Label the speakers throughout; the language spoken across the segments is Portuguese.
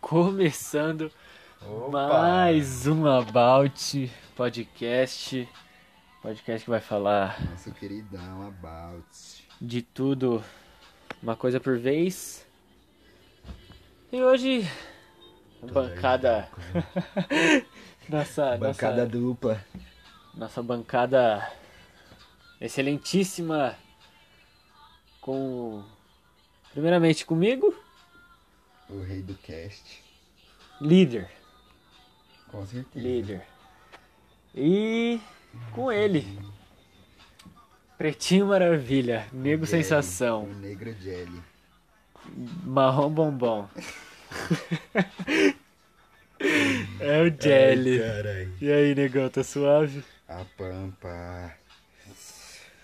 Speaker 1: começando
Speaker 2: Opa.
Speaker 1: mais um About Podcast. Podcast que vai falar
Speaker 2: Nosso queridão, About.
Speaker 1: de tudo, uma coisa por vez. E hoje, a bancada. nossa,
Speaker 2: Bancada
Speaker 1: nossa,
Speaker 2: dupla.
Speaker 1: nossa bancada excelentíssima. Com. Primeiramente comigo,
Speaker 2: O rei do cast.
Speaker 1: líder.
Speaker 2: Com certeza.
Speaker 1: líder. E com ele, Pretinho Maravilha, Nego
Speaker 2: Jelly,
Speaker 1: Sensação,
Speaker 2: O negro Jelly.
Speaker 1: Marrom Bombom. é o Jelly.
Speaker 2: Ai, carai.
Speaker 1: E aí, negão, tá suave?
Speaker 2: A pampa.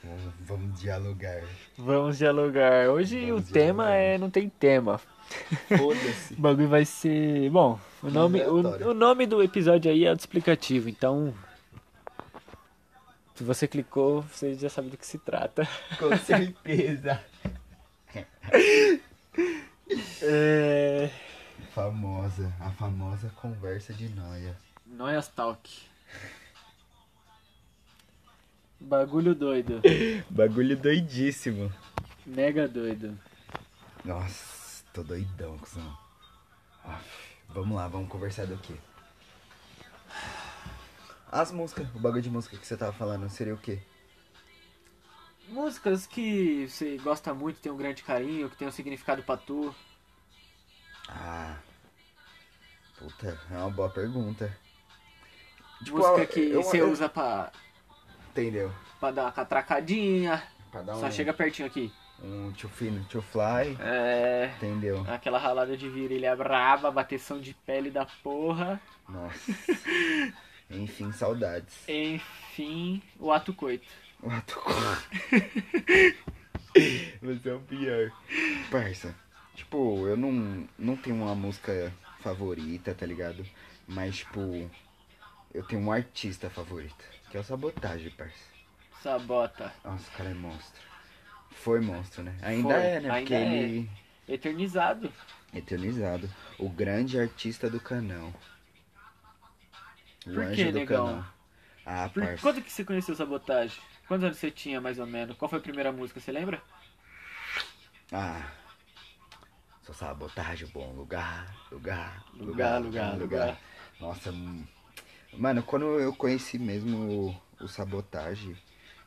Speaker 2: Vamos, vamos dialogar.
Speaker 1: Vamos dialogar. Hoje
Speaker 2: Vamos
Speaker 1: o tema
Speaker 2: dialogar.
Speaker 1: é não tem tema.
Speaker 2: Foda-se.
Speaker 1: O bagulho vai ser, bom, o nome o,
Speaker 2: Aleatório.
Speaker 1: o nome do episódio aí é explicativo, então se você clicou, você já sabe do que se trata.
Speaker 2: Com certeza.
Speaker 1: É...
Speaker 2: famosa. A famosa conversa de noia.
Speaker 1: Noias é Talk. Bagulho doido.
Speaker 2: Bagulho doidíssimo.
Speaker 1: Mega doido.
Speaker 2: Nossa, tô doidão, cuzão. Aff, Vamos lá, vamos conversar do quê? As músicas, o bagulho de música que você tava falando seria o quê?
Speaker 1: Músicas que você gosta muito, tem um grande carinho, que tem um significado pra tu.
Speaker 2: Ah. Puta, é uma boa pergunta.
Speaker 1: Música
Speaker 2: ah,
Speaker 1: que
Speaker 2: eu-
Speaker 1: você
Speaker 2: eu-
Speaker 1: usa pra,
Speaker 2: Entendeu?
Speaker 1: pra dar uma catracadinha.
Speaker 2: Pra dar
Speaker 1: Só
Speaker 2: um,
Speaker 1: chega pertinho aqui.
Speaker 2: um tio fino, tio fly,
Speaker 1: É.
Speaker 2: entendeu?
Speaker 1: Aquela ralada de virilha braba, bateção de pele da porra.
Speaker 2: Nossa. Enfim, saudades.
Speaker 1: Enfim, o ato coito.
Speaker 2: Mato Você é o pior. Parça, tipo, eu não, não tenho uma música favorita, tá ligado? Mas, tipo, eu tenho um artista favorito, que é o Sabotagem, parça.
Speaker 1: Sabota.
Speaker 2: Nossa, o cara é monstro. Foi monstro, né? Ainda
Speaker 1: Foi,
Speaker 2: é, né?
Speaker 1: ainda
Speaker 2: Porque
Speaker 1: é.
Speaker 2: ele é
Speaker 1: Eternizado.
Speaker 2: eternizado. O grande artista do canal. O
Speaker 1: Por
Speaker 2: anjo
Speaker 1: que,
Speaker 2: do
Speaker 1: negão?
Speaker 2: canal. Ah,
Speaker 1: Por-
Speaker 2: parça.
Speaker 1: Quando que você conheceu Sabotagem? Quantos anos você tinha, mais ou menos? Qual foi a primeira música, você lembra?
Speaker 2: Ah. Só sabotagem, bom lugar, lugar,
Speaker 1: Lugar, lugar, lugar.
Speaker 2: Nossa, hum. mano, quando eu conheci mesmo o, o sabotagem,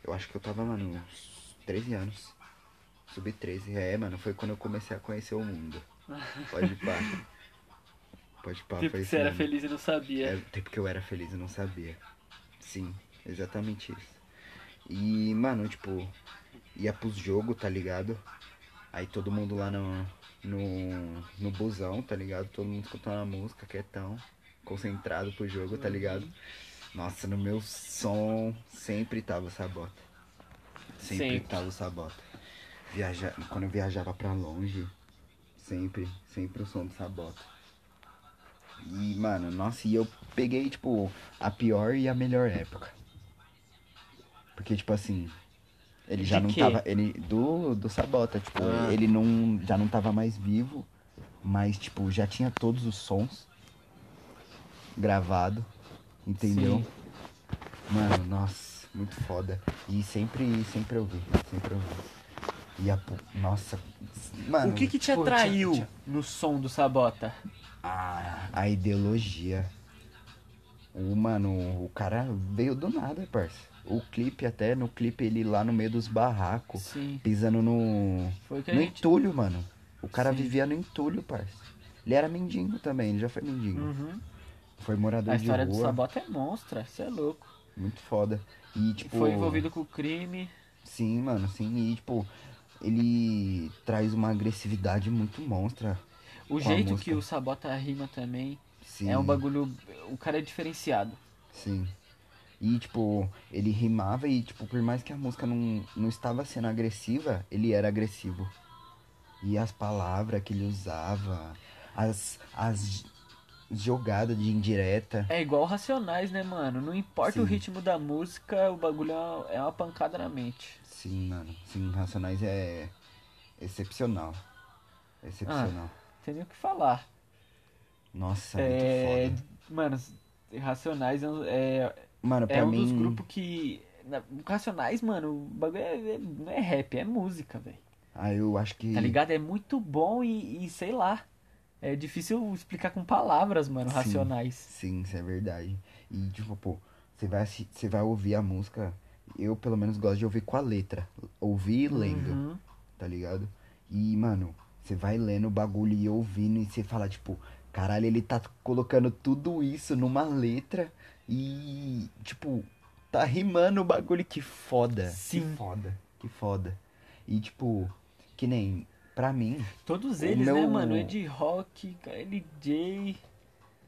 Speaker 2: eu acho que eu tava, mano, uns 13 anos. Sub 13, é, mano, foi quando eu comecei a conhecer o mundo. Pode pá. Pode pá,
Speaker 1: Tipo
Speaker 2: foi
Speaker 1: que
Speaker 2: isso.
Speaker 1: você era
Speaker 2: mesmo.
Speaker 1: feliz né? e não sabia.
Speaker 2: É, até porque eu era feliz e não sabia. Sim, exatamente isso. E, mano, tipo, ia pros jogos, tá ligado? Aí todo mundo lá no, no, no busão, tá ligado? Todo mundo escutando a música, quietão, concentrado pro jogo, tá ligado? Nossa, no meu som sempre tava o sabota. Sempre,
Speaker 1: Sempre.
Speaker 2: tava o sabota. Viaja... Quando eu viajava pra longe, sempre, sempre o som do sabota. E, mano, nossa, e eu peguei, tipo, a pior e a melhor época. Porque, tipo assim, ele já
Speaker 1: De
Speaker 2: não
Speaker 1: quê?
Speaker 2: tava. Ele. Do, do Sabota, tipo,
Speaker 1: Ah.
Speaker 2: ele não, já não tava mais vivo, mas, tipo, já tinha todos os sons gravado. Entendeu?
Speaker 1: Sim.
Speaker 2: Mano, nossa, muito foda. E sempre, sempre eu vi, sempre eu vi. E a. pu- Nossa, mano.
Speaker 1: o que que te
Speaker 2: tipo,
Speaker 1: atraiu
Speaker 2: tinha-
Speaker 1: no som do Sabota?
Speaker 2: a, a ideologia. O, mano, o cara veio do nada, parça. O clipe, até no clipe, ele lá no meio dos barracos,
Speaker 1: Sim,
Speaker 2: pisando no,
Speaker 1: foi o que a
Speaker 2: no
Speaker 1: gente...
Speaker 2: entulho, mano. O cara
Speaker 1: Sim.
Speaker 2: vivia no entulho, parça. Ele era mendigo também, ele já foi mendigo.
Speaker 1: Uhum.
Speaker 2: Foi morador
Speaker 1: A
Speaker 2: de
Speaker 1: história do
Speaker 2: rua.
Speaker 1: Sabota é monstra, você é louco.
Speaker 2: muito foda. E, tipo,
Speaker 1: Foi envolvido com crime.
Speaker 2: Sim, mano, sim. E, tipo, ele traz uma agressividade muito monstra.
Speaker 1: O
Speaker 2: Com a
Speaker 1: jeito que
Speaker 2: música.
Speaker 1: o Sabota rima também
Speaker 2: Sim.
Speaker 1: é um bagulho... O cara é diferenciado.
Speaker 2: Sim. E, tipo, ele rimava e, tipo, por mais que a música não, não estava sendo agressiva, ele era agressivo. E as palavras que ele usava, as, as jogadas de indireta.
Speaker 1: É igual Racionais, né, mano? Não importa o
Speaker 2: Sim.
Speaker 1: ritmo da música, o bagulho é uma- é uma pancada na mente.
Speaker 2: Sim, mano. Sim, Racionais é excepcional. Excepcional.
Speaker 1: Ah, Não tem nem o que falar.
Speaker 2: Nossa,
Speaker 1: É,
Speaker 2: Tá muito foda.
Speaker 1: mano, Racionais é, um- é,
Speaker 2: Mano, pra
Speaker 1: é um
Speaker 2: mim.
Speaker 1: dos grupos que. na- Racionais, mano, o bagulho é- é- não é rap, é música, velho.
Speaker 2: Ah, eu acho que.
Speaker 1: Tá ligado? É muito bom e, e sei lá. É difícil explicar com palavras, mano,
Speaker 2: Sim.
Speaker 1: Racionais.
Speaker 2: Sim, isso é verdade. E tipo, pô, você vai, assi- você vai ouvir a música. Eu pelo menos gosto de ouvir com a letra. Ouvir e lendo,
Speaker 1: Uhum.
Speaker 2: tá ligado? E, mano, você vai lendo o bagulho e ouvindo e você fala, tipo, caralho, ele tá colocando tudo isso numa letra e, tipo, tá rimando o bagulho. Que foda.
Speaker 1: Sim.
Speaker 2: Que foda. Que foda. E, tipo, que nem, pra mim,
Speaker 1: Todos
Speaker 2: O
Speaker 1: eles, né,
Speaker 2: meu-
Speaker 1: mano? Ed Rock, LJ,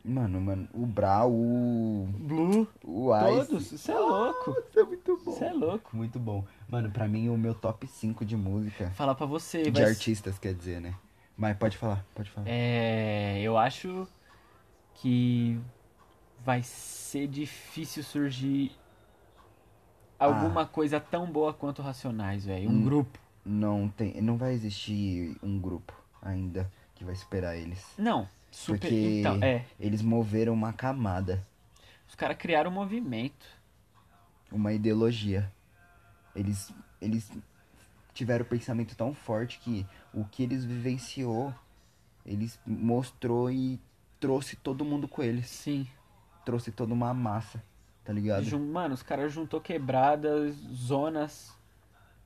Speaker 2: mano, mano, o Brau, o,
Speaker 1: Blue,
Speaker 2: o Ice.
Speaker 1: todos. Isso é louco.
Speaker 2: Isso é muito bom.
Speaker 1: Isso é louco.
Speaker 2: Muito bom. Mano, pra mim, o meu top 5 de música.
Speaker 1: Falar pra você,
Speaker 2: De
Speaker 1: vai ser-
Speaker 2: artistas, quer dizer, né? Mas pode falar, pode falar.
Speaker 1: É, eu acho que vai ser difícil surgir alguma coisa tão boa quanto Racionais, velho. Um
Speaker 2: Ah. Hum.
Speaker 1: grupo.
Speaker 2: Não tem. Não vai existir um grupo ainda que vai superar eles.
Speaker 1: Não, super.
Speaker 2: Porque-
Speaker 1: Então, é.
Speaker 2: Eles moveram uma camada,
Speaker 1: Os caras criaram um movimento.
Speaker 2: uma ideologia. Eles. Eles tiveram um pensamento tão forte que o que eles vivenciou, eles mostrou e trouxe todo mundo com eles.
Speaker 1: Sim.
Speaker 2: Trouxe toda uma massa, tá ligado?
Speaker 1: Jun- Mano, os caras juntou quebradas, zonas.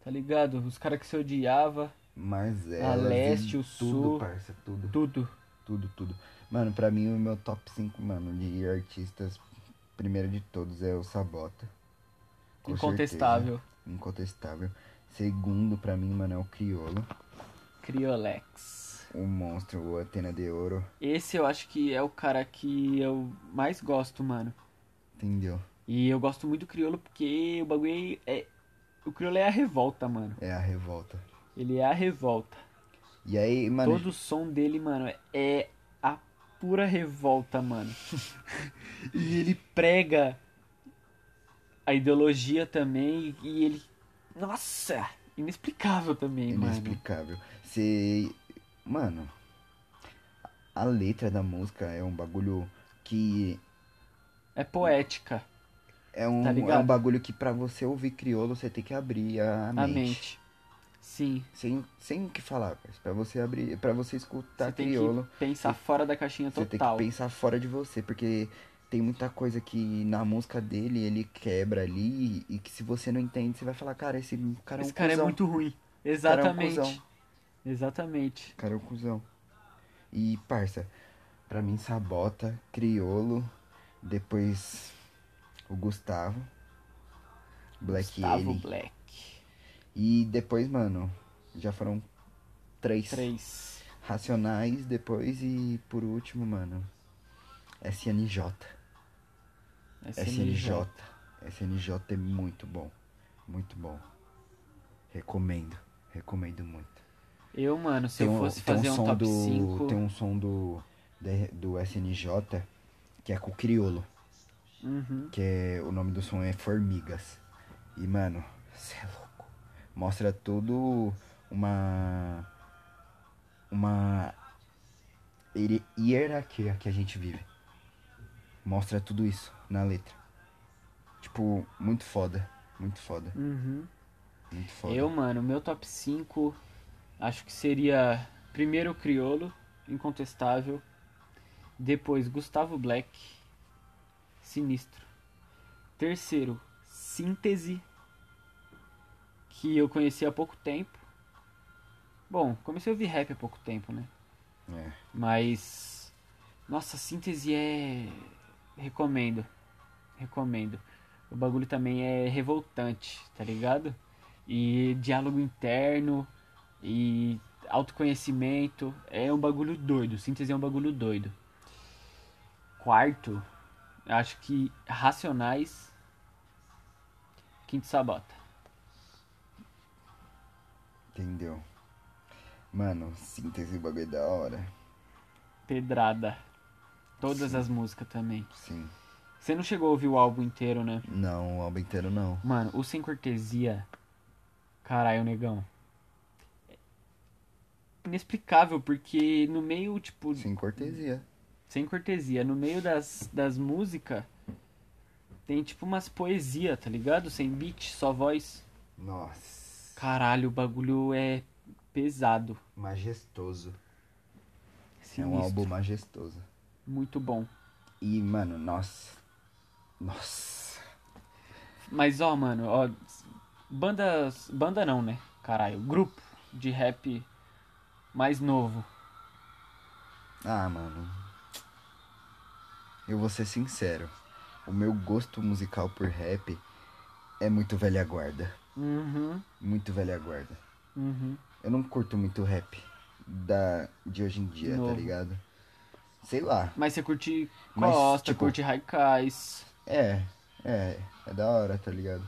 Speaker 1: Tá ligado? Os caras que se odiava,
Speaker 2: Mas é.
Speaker 1: leste, o sul.
Speaker 2: Tudo, parça, tudo.
Speaker 1: tudo.
Speaker 2: Tudo, tudo. Mano, pra mim o meu top 5, mano, de artistas, primeiro de todos é o Sabota. Com
Speaker 1: incontestável.
Speaker 2: certeza. Incontestável. Segundo, pra mim, mano, é o Criolo,
Speaker 1: Criolex.
Speaker 2: o Monstro, o Atena de Ouro,
Speaker 1: Esse eu acho que é o cara que eu mais gosto, mano.
Speaker 2: entendeu?
Speaker 1: E eu gosto muito do crioulo porque o bagulho é. O crioulo é a revolta, mano.
Speaker 2: É a revolta.
Speaker 1: Ele é a revolta.
Speaker 2: E aí, mano,
Speaker 1: Todo o som dele, mano, é a pura revolta, mano. e ele prega a ideologia também e ele. Nossa! Inexplicável também, mano.
Speaker 2: inexplicável. Você. Mano, a letra da música é um bagulho que.
Speaker 1: É poética
Speaker 2: É um,
Speaker 1: Tá
Speaker 2: é
Speaker 1: ligado?
Speaker 2: um bagulho que pra você ouvir crioulo, você tem que abrir a
Speaker 1: a
Speaker 2: mente.
Speaker 1: mente. Sim.
Speaker 2: sem, sem o que falar, parceiro. Pra você abrir, para você escutar
Speaker 1: você tem
Speaker 2: Tá crioulo,
Speaker 1: que pensar fora da caixinha
Speaker 2: você tem que
Speaker 1: total.
Speaker 2: pensar fora de você, porque tem muita coisa que na música dele ele quebra ali e que se você não entende, você vai falar, cara, esse cara é um
Speaker 1: Esse cara é
Speaker 2: cuzão.
Speaker 1: muito ruim.
Speaker 2: cara é um
Speaker 1: Exatamente.
Speaker 2: cuzão.
Speaker 1: Exatamente.
Speaker 2: Cara é um cuzão. E, parça, pra mim sabota, criolo, depois o Gustavo, Black
Speaker 1: Gustavo
Speaker 2: ele.
Speaker 1: Black.
Speaker 2: E depois, mano, já foram três.
Speaker 1: Três.
Speaker 2: Racionais depois e por último, mano. SNJ. SNJ. SNJ é muito bom. Muito bom. Recomendo. Recomendo muito.
Speaker 1: Eu, mano, se eu
Speaker 2: um-
Speaker 1: fosse fazer um, top
Speaker 2: do,
Speaker 1: 5.
Speaker 2: Tem um som do, da- do SNJ que é com o criolo.
Speaker 1: Uhum.
Speaker 2: Que é, o nome do som é Formigas. E, mano, cê é louco. Mostra tudo uma. Uma. hiere- Hierarquia que a gente vive. Mostra tudo isso na letra. Tipo, muito foda. Muito foda.
Speaker 1: Uhum.
Speaker 2: Muito foda.
Speaker 1: Eu, mano, meu top 5 acho que seria primeiro o Criolo, incontestável. Depois Gustavo Black, sinistro. Terceiro, Síntese, que eu conheci há pouco tempo. Bom, comecei a ouvir rap há pouco tempo, né?
Speaker 2: É.
Speaker 1: Mas. Nossa, síntese é. Recomendo. Recomendo. O bagulho também é revoltante, tá ligado? E diálogo interno e autoconhecimento. É um bagulho doido. Síntese é um bagulho doido. Quarto, acho que Racionais. Quinto Sabota.
Speaker 2: Entendeu? Mano, síntese o bagulho é da hora.
Speaker 1: Pedrada. Todas as músicas também.
Speaker 2: Sim.
Speaker 1: Você não chegou a ouvir o álbum inteiro, né?
Speaker 2: Não, o álbum inteiro não.
Speaker 1: Mano, o Sem Cortesia. Caralho, negão. É Inexplicável, porque no meio, tipo.
Speaker 2: Sem cortesia.
Speaker 1: sem cortesia, no meio das, das músicas tem tipo umas poesia, tá ligado? Sem beat, só voz.
Speaker 2: Nossa.
Speaker 1: Caralho, o bagulho é pesado.
Speaker 2: Majestoso.
Speaker 1: Sinistro.
Speaker 2: É um álbum majestoso.
Speaker 1: Muito bom.
Speaker 2: E, mano, nossa. Nossa.
Speaker 1: Mas ó, mano, ó. Banda. Banda não, né? Caralho. Grupo de rap mais novo.
Speaker 2: Ah, mano. Eu vou ser sincero. O meu gosto musical por rap é muito velha guarda.
Speaker 1: Uhum.
Speaker 2: Muito velha guarda.
Speaker 1: Uhum.
Speaker 2: Eu não curto muito rap da, de hoje em dia,
Speaker 1: Novo.
Speaker 2: tá ligado? Sei lá.
Speaker 1: Mas você curte
Speaker 2: Mas,
Speaker 1: Costa,
Speaker 2: tipo-
Speaker 1: curte Raikais.
Speaker 2: É, é. É da hora, tá ligado?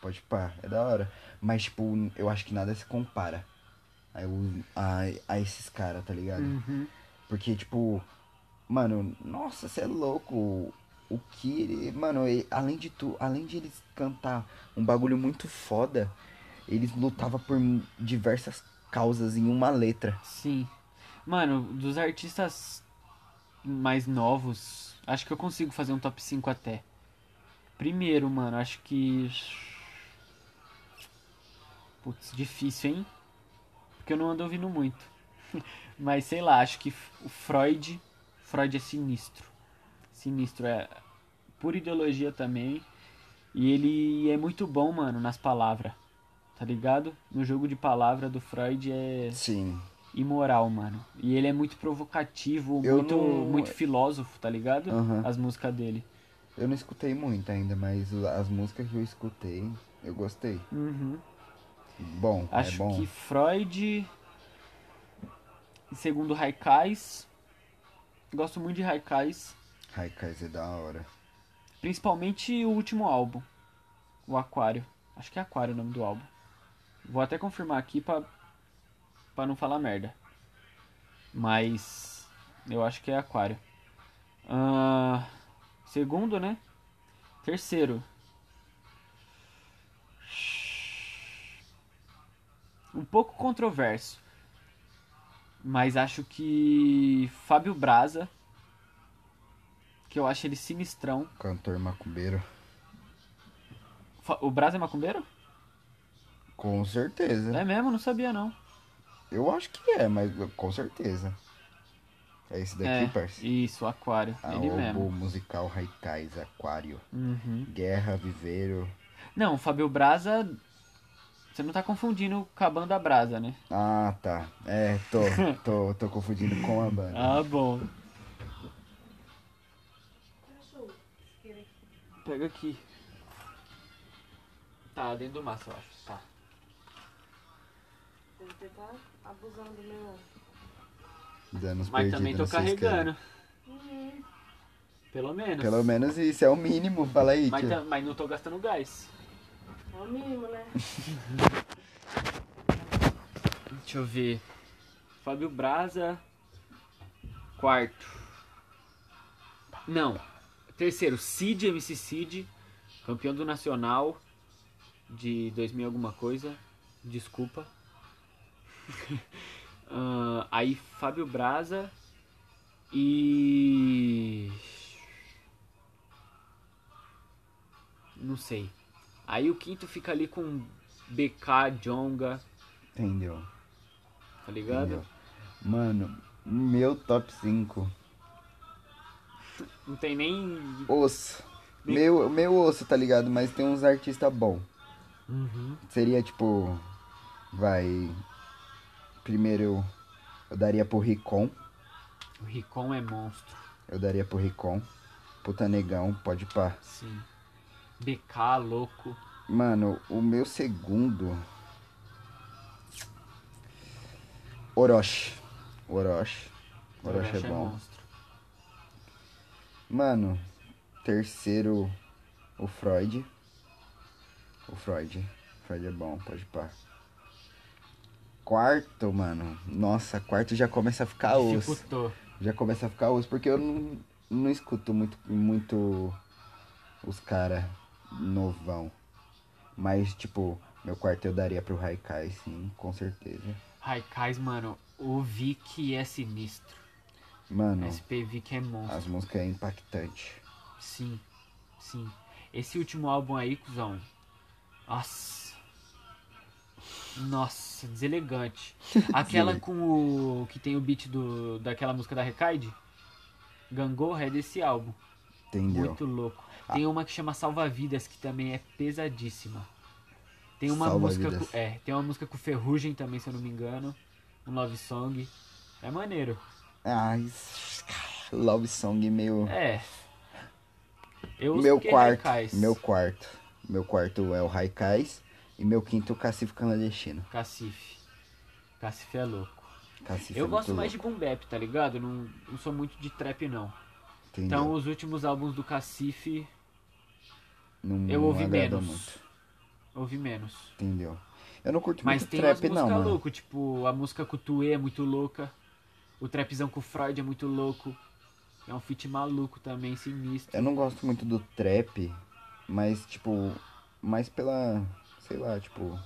Speaker 2: Pode pá, é da hora. Mas, tipo, eu acho que nada se compara a, eu- a, a esses caras, tá ligado?
Speaker 1: Uhum.
Speaker 2: Porque, tipo, mano, nossa, você é louco. O que ele. Mano, e- além de tu, além de eles cantar um bagulho muito foda, eles lutavam por diversas causas em uma letra.
Speaker 1: Sim. Mano, dos artistas mais novos, acho que eu consigo fazer um top 5 até. Primeiro, mano, acho que. Putz, difícil, hein? Porque eu não ando ouvindo muito. Mas sei lá, acho que o Freud. Freud é sinistro. Sinistro é pura ideologia também. E ele é muito bom, mano, nas palavras. Tá ligado? No jogo de palavra do Freud é
Speaker 2: Sim.
Speaker 1: imoral, mano. E ele é muito provocativo,
Speaker 2: Eu
Speaker 1: muito,
Speaker 2: não-
Speaker 1: muito filósofo, tá ligado?
Speaker 2: Aham.
Speaker 1: As músicas dele.
Speaker 2: Eu não escutei muito ainda, mas o- as músicas que eu escutei, eu gostei. Bom,
Speaker 1: Acho
Speaker 2: é bom.
Speaker 1: que Freud. Segundo Raikais. Gosto muito de Raikais.
Speaker 2: Raikais é da hora.
Speaker 1: Principalmente o último álbum. O Aquário. Acho que é Aquário o nome do álbum. Vou até confirmar aqui pra, pra não falar merda. Mas eu acho que é Aquário. Ah, segundo, né? Terceiro. Um pouco controverso. Mas acho que Fábio Braza, que eu acho ele sinistrão.
Speaker 2: Cantor macumbeiro.
Speaker 1: Fa- O Brás é macumbeiro?
Speaker 2: Com certeza.
Speaker 1: É mesmo? Não sabia não.
Speaker 2: Eu acho que é, mas com certeza. É esse daqui,
Speaker 1: é,
Speaker 2: parceiro.
Speaker 1: Isso, Aquário. ele
Speaker 2: Álbum
Speaker 1: mesmo.
Speaker 2: musical Raikais Aquário.
Speaker 1: Uhum.
Speaker 2: Guerra, Viveiro.
Speaker 1: Não, o Fábio Braza. Você não tá confundindo com a banda Brasa, né?
Speaker 2: Ah, tá. É, tô, tô, tô confundindo com a banda.
Speaker 1: Ah, bom. Pega aqui. Tá, dentro do massa, eu acho. Tá.
Speaker 3: Você tá abusando do meu.
Speaker 2: Os anos
Speaker 1: Mas
Speaker 2: perdidos,
Speaker 1: também tô
Speaker 2: não sei se
Speaker 1: carregando. Pelo menos.
Speaker 2: querem. Pelo menos isso é o mínimo, fala aí,
Speaker 1: Mas, tá-
Speaker 2: tio.
Speaker 1: tam- mas não tô gastando gás.
Speaker 3: É o mínimo, né?
Speaker 1: Deixa eu ver. Fábio Braza. Quarto. Não. Terceiro, Cid, MC Cid. Campeão do Nacional de 2000 alguma coisa. Desculpa. Ah, aí Fábio Braza e... Não sei. Aí o quinto fica ali com BK, Jonga,
Speaker 2: Entendeu?
Speaker 1: tá ligado?
Speaker 2: Entendeu? Mano, meu top 5.
Speaker 1: Não tem nem.
Speaker 2: Osso. Meu, meu osso, tá ligado? Mas tem uns artistas bons.
Speaker 1: Uhum.
Speaker 2: Seria tipo. Vai. Primeiro eu, eu daria pro Ricon.
Speaker 1: O Ricon é monstro,
Speaker 2: Eu daria pro Ricon. Puta negão, pode pá.
Speaker 1: sim. BK, louco.
Speaker 2: Mano, o meu segundo. Orochi. Orochi. Orochi é bom.
Speaker 1: monstro.
Speaker 2: Mano, terceiro. O Freud. O Freud. Freud é bom, pode pá. Quarto, mano. Nossa, quarto já começa a ficar osso.
Speaker 1: Dificultou.
Speaker 2: Já começa a ficar osso, porque eu não, não escuto muito, muito os cara novão. Mas, tipo, meu quarto eu daria pro Haikai, sim, com certeza.
Speaker 1: Raikais, mano, o Vic é sinistro.
Speaker 2: Mano,
Speaker 1: SPV que é monstro.
Speaker 2: as músicas é impactante.
Speaker 1: Sim, sim. Esse último álbum aí, cuzão. Nossa. Nossa, deselegante. Aquela
Speaker 2: Desele-
Speaker 1: com o. que tem o beat do, daquela música da Recaide? Gangorra é desse álbum.
Speaker 2: Entendeu? Ah.
Speaker 1: Muito louco. Tem uma que chama Salva Vidas, que também é pesadíssima. Tem uma
Speaker 2: Salva
Speaker 1: música.
Speaker 2: Vidas.
Speaker 1: Com, é, tem uma música com Ferrugem também, se eu não me engano. Um love song. É maneiro.
Speaker 2: Ai, s- love song meio.
Speaker 1: É. Eu uso
Speaker 2: meu
Speaker 1: porque é
Speaker 2: quarto.
Speaker 1: Haikais.
Speaker 2: Meu quarto. Meu quarto é o Raikais. E meu quinto é o Cacife Clandestino.
Speaker 1: Cacife. Cacife é louco.
Speaker 2: Cacife
Speaker 1: eu
Speaker 2: é
Speaker 1: gosto
Speaker 2: muito
Speaker 1: mais de
Speaker 2: louco,
Speaker 1: boom bap, tá ligado? Não, não sou muito de trap, não.
Speaker 2: entendeu?
Speaker 1: Então, os últimos álbuns do Cacife,
Speaker 2: não,
Speaker 1: eu
Speaker 2: não
Speaker 1: ouvi
Speaker 2: agrada
Speaker 1: menos.
Speaker 2: muito.
Speaker 1: ouvi menos.
Speaker 2: Entendeu? Eu não curto
Speaker 1: Mas
Speaker 2: muito
Speaker 1: tem
Speaker 2: trap,
Speaker 1: umas
Speaker 2: não,
Speaker 1: músicas
Speaker 2: mano.
Speaker 1: loucas, tipo, a música com o Tuê é muito louca. O trapzão com o Freud é muito louco. É um feat maluco também, sinistro.
Speaker 2: Eu não gosto muito do trap, mas, tipo, mais pela. Sei lá, tipo.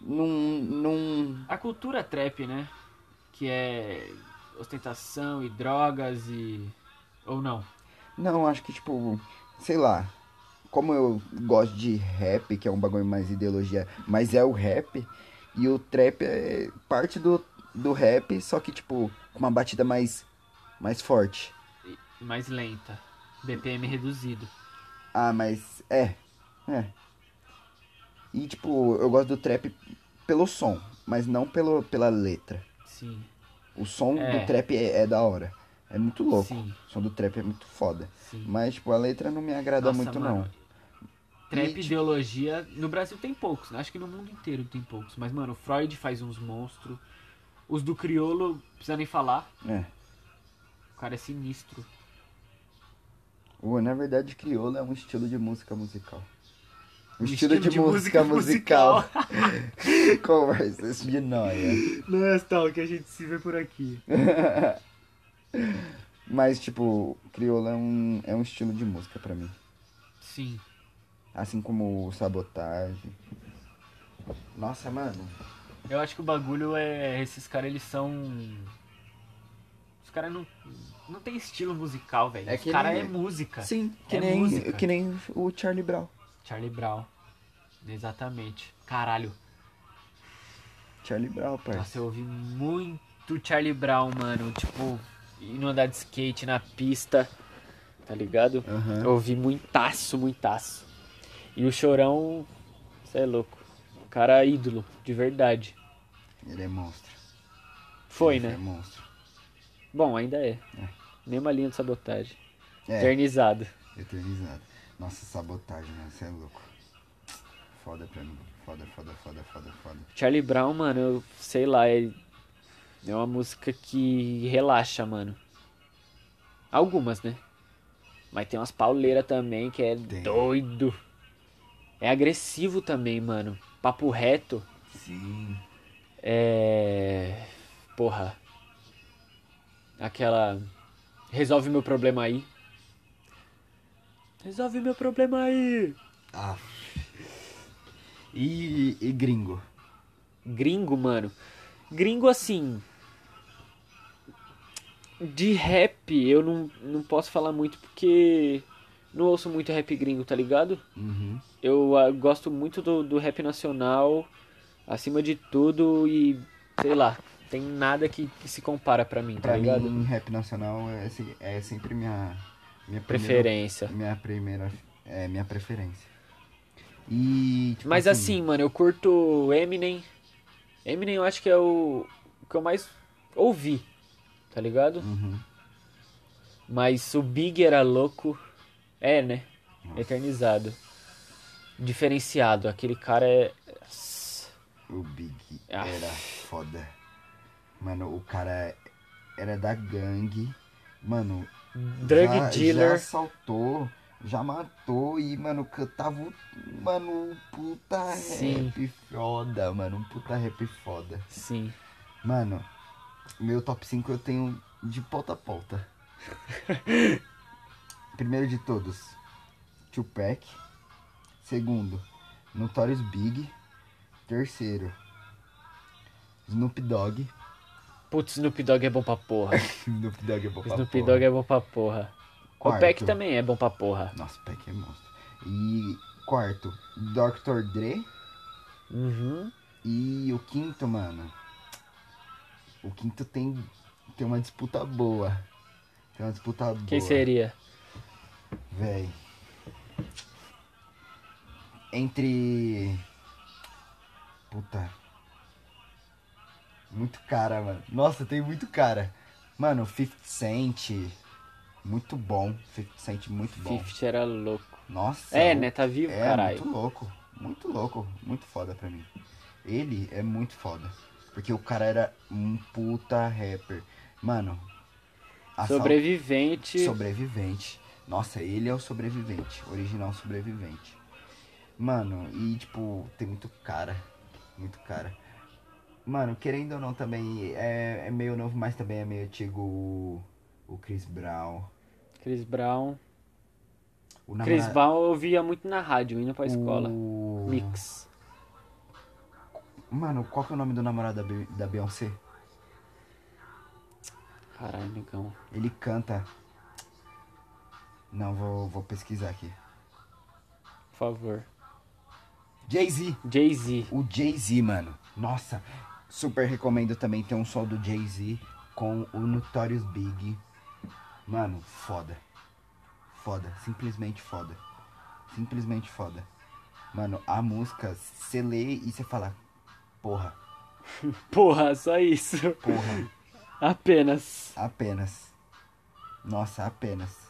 Speaker 2: Num. Num.
Speaker 1: A cultura trap, né? Que é ostentação e drogas e... Ou não.
Speaker 2: Não, acho que, tipo. Sei lá. Como eu gosto de rap, que é um bagulho mais ideologia, mas é o rap. E o trap é parte do, do rap, só que, tipo, com uma batida mais. Mais forte.
Speaker 1: Mais lenta. BPM reduzido.
Speaker 2: Ah, mas. É. É. E, tipo, eu gosto do trap pelo som, mas não pelo, pela letra.
Speaker 1: Sim,
Speaker 2: O som
Speaker 1: É.
Speaker 2: do trap é, é da hora. É muito louco.
Speaker 1: sim,
Speaker 2: O som do trap é muito foda.
Speaker 1: sim.
Speaker 2: Mas, tipo, a letra não me agrada
Speaker 1: Nossa,
Speaker 2: muito,
Speaker 1: mano.
Speaker 2: não.
Speaker 1: Trap
Speaker 2: E, tipo-
Speaker 1: ideologia. No Brasil tem poucos, né? acho que no mundo inteiro tem poucos. Mas, mano, o Freud faz uns monstros. Os do Criolo, não precisa nem falar.
Speaker 2: É.
Speaker 1: O cara é sinistro.
Speaker 2: O, na verdade, crioulo é um estilo de música musical. Um,
Speaker 1: Um
Speaker 2: estilo,
Speaker 1: estilo
Speaker 2: de,
Speaker 1: de
Speaker 2: música,
Speaker 1: música
Speaker 2: musical. Conversas de noia.
Speaker 1: Não é tal que a gente se vê por aqui.
Speaker 2: Mas, tipo, crioulo é um, é um estilo de música pra mim.
Speaker 1: Sim.
Speaker 2: Assim como o sabotagem. Nossa, mano.
Speaker 1: Eu acho que o bagulho é. Esses caras, eles são. Os caras não. Não tem estilo musical, velho.
Speaker 2: É
Speaker 1: Os
Speaker 2: que
Speaker 1: caras
Speaker 2: nem-
Speaker 1: é música.
Speaker 2: Sim, que,
Speaker 1: é
Speaker 2: nem,
Speaker 1: música.
Speaker 2: que nem o Charlie Brown.
Speaker 1: Charlie Brown. Exatamente. Caralho.
Speaker 2: Charlie Brown, parça.
Speaker 1: Nossa, eu ouvi muito Charlie Brown, mano. Tipo, indo andar de skate na pista, tá ligado?
Speaker 2: Aham.
Speaker 1: Eu ouvi muitaço, muitaço. E o Chorão, cê é louco. O cara é ídolo, de verdade.
Speaker 2: Ele é monstro.
Speaker 1: Foi,
Speaker 2: Ele É
Speaker 1: né?
Speaker 2: monstro.
Speaker 1: Bom, ainda é. Mesma linha de sabotagem.
Speaker 2: É,
Speaker 1: Eternizado.
Speaker 2: eternizado. Nossa, sabotagem, mano. Você é louco. Foda pra mim. Foda, foda, foda, foda, foda.
Speaker 1: Charlie Brown, mano, eu sei lá, é, é uma música que relaxa, mano. Algumas, né? Mas tem umas pauleiras também que é
Speaker 2: Tem.
Speaker 1: doido. É agressivo também, mano. Papo reto.
Speaker 2: Sim.
Speaker 1: É. Porra. Aquela. Resolve meu problema aí. Resolve meu problema aí.
Speaker 2: Ah. E, e gringo?
Speaker 1: Gringo, mano. Gringo, assim. De rap, eu não, não posso falar muito porque. Não ouço muito rap gringo, tá ligado?
Speaker 2: Uhum.
Speaker 1: Eu ah, gosto muito do, do rap nacional, acima de tudo, e sei lá, tem nada que, que se compara pra mim, tá
Speaker 2: Pra
Speaker 1: ligado?
Speaker 2: mim, rap nacional é, se- é sempre minha... minha primeira-
Speaker 1: Preferência.
Speaker 2: Minha primeira... É, minha preferência. E... tipo
Speaker 1: Mas assim, mano, eu curto Eminem. Eminem eu acho que é o que eu mais ouvi, tá ligado?
Speaker 2: Uhum.
Speaker 1: Mas o Big era louco. É, né?
Speaker 2: Nossa.
Speaker 1: Eternizado. Diferenciado. Aquele cara é.
Speaker 2: O Big
Speaker 1: Ah.
Speaker 2: era foda. Mano, o cara era da gangue. Mano,
Speaker 1: Drug
Speaker 2: já, já
Speaker 1: dealer.
Speaker 2: assaltou, já matou e, mano, cantava, um- mano, um puta
Speaker 1: Sim.
Speaker 2: rap foda, mano, um puta rap foda.
Speaker 1: Sim.
Speaker 2: Mano, meu top 5 eu tenho de ponta a ponta. Primeiro de todos, Tupac. Segundo, Notorious Big. Terceiro, Snoop Dogg.
Speaker 1: Putz, Snoop Dogg é bom pra porra.
Speaker 2: Snoop Dogg é bom pra
Speaker 1: Snoop
Speaker 2: porra.
Speaker 1: Dogg é bom pra porra. O
Speaker 2: Quarto.
Speaker 1: Peck também é bom pra porra.
Speaker 2: Nossa, Peck é monstro. E quarto, Dr. Dre.
Speaker 1: Uhum.
Speaker 2: E o quinto, mano. O quinto tem, tem uma disputa boa. Tem uma disputa boa.
Speaker 1: Quem seria?
Speaker 2: Véi. Entre. Puta. Muito cara, mano. Nossa, tem muito cara. Mano, 50 Cent. Muito bom. 50 Cent, muito bom.
Speaker 1: Fifth era louco.
Speaker 2: Nossa.
Speaker 1: É,
Speaker 2: o-
Speaker 1: né? Tá vivo,
Speaker 2: É,
Speaker 1: caralho.
Speaker 2: muito louco. Muito louco. Muito foda pra mim. Ele é muito foda. Porque o cara era um puta rapper. Mano. assalto-
Speaker 1: Sobrevivente.
Speaker 2: Sobrevivente. Nossa, ele é o sobrevivente. Original sobrevivente. Mano, e tipo, tem muito cara. Muito cara. Mano, querendo ou não também, é, é meio novo, mas também é meio antigo o, o Chris Brown.
Speaker 1: Chris Brown.
Speaker 2: O namora-
Speaker 1: Chris Brown eu via muito na rádio, indo pra escola.
Speaker 2: o-
Speaker 1: Mix.
Speaker 2: Mano, qual que é o nome do namorado da, Be- da Beyoncé?
Speaker 1: Caralho, negão.
Speaker 2: Ele canta. Não, vou, vou pesquisar aqui.
Speaker 1: Por favor.
Speaker 2: Jay-Z.
Speaker 1: Jay-Z.
Speaker 2: O Jay-Z, mano. Nossa, super recomendo também ter um som do Jay-Z com o Notorious Big. Mano, foda. Foda, simplesmente foda. Simplesmente foda. Mano, a música, você lê e você fala, porra,
Speaker 1: Porra, só isso.
Speaker 2: porra,
Speaker 1: Apenas.
Speaker 2: apenas. Nossa, apenas.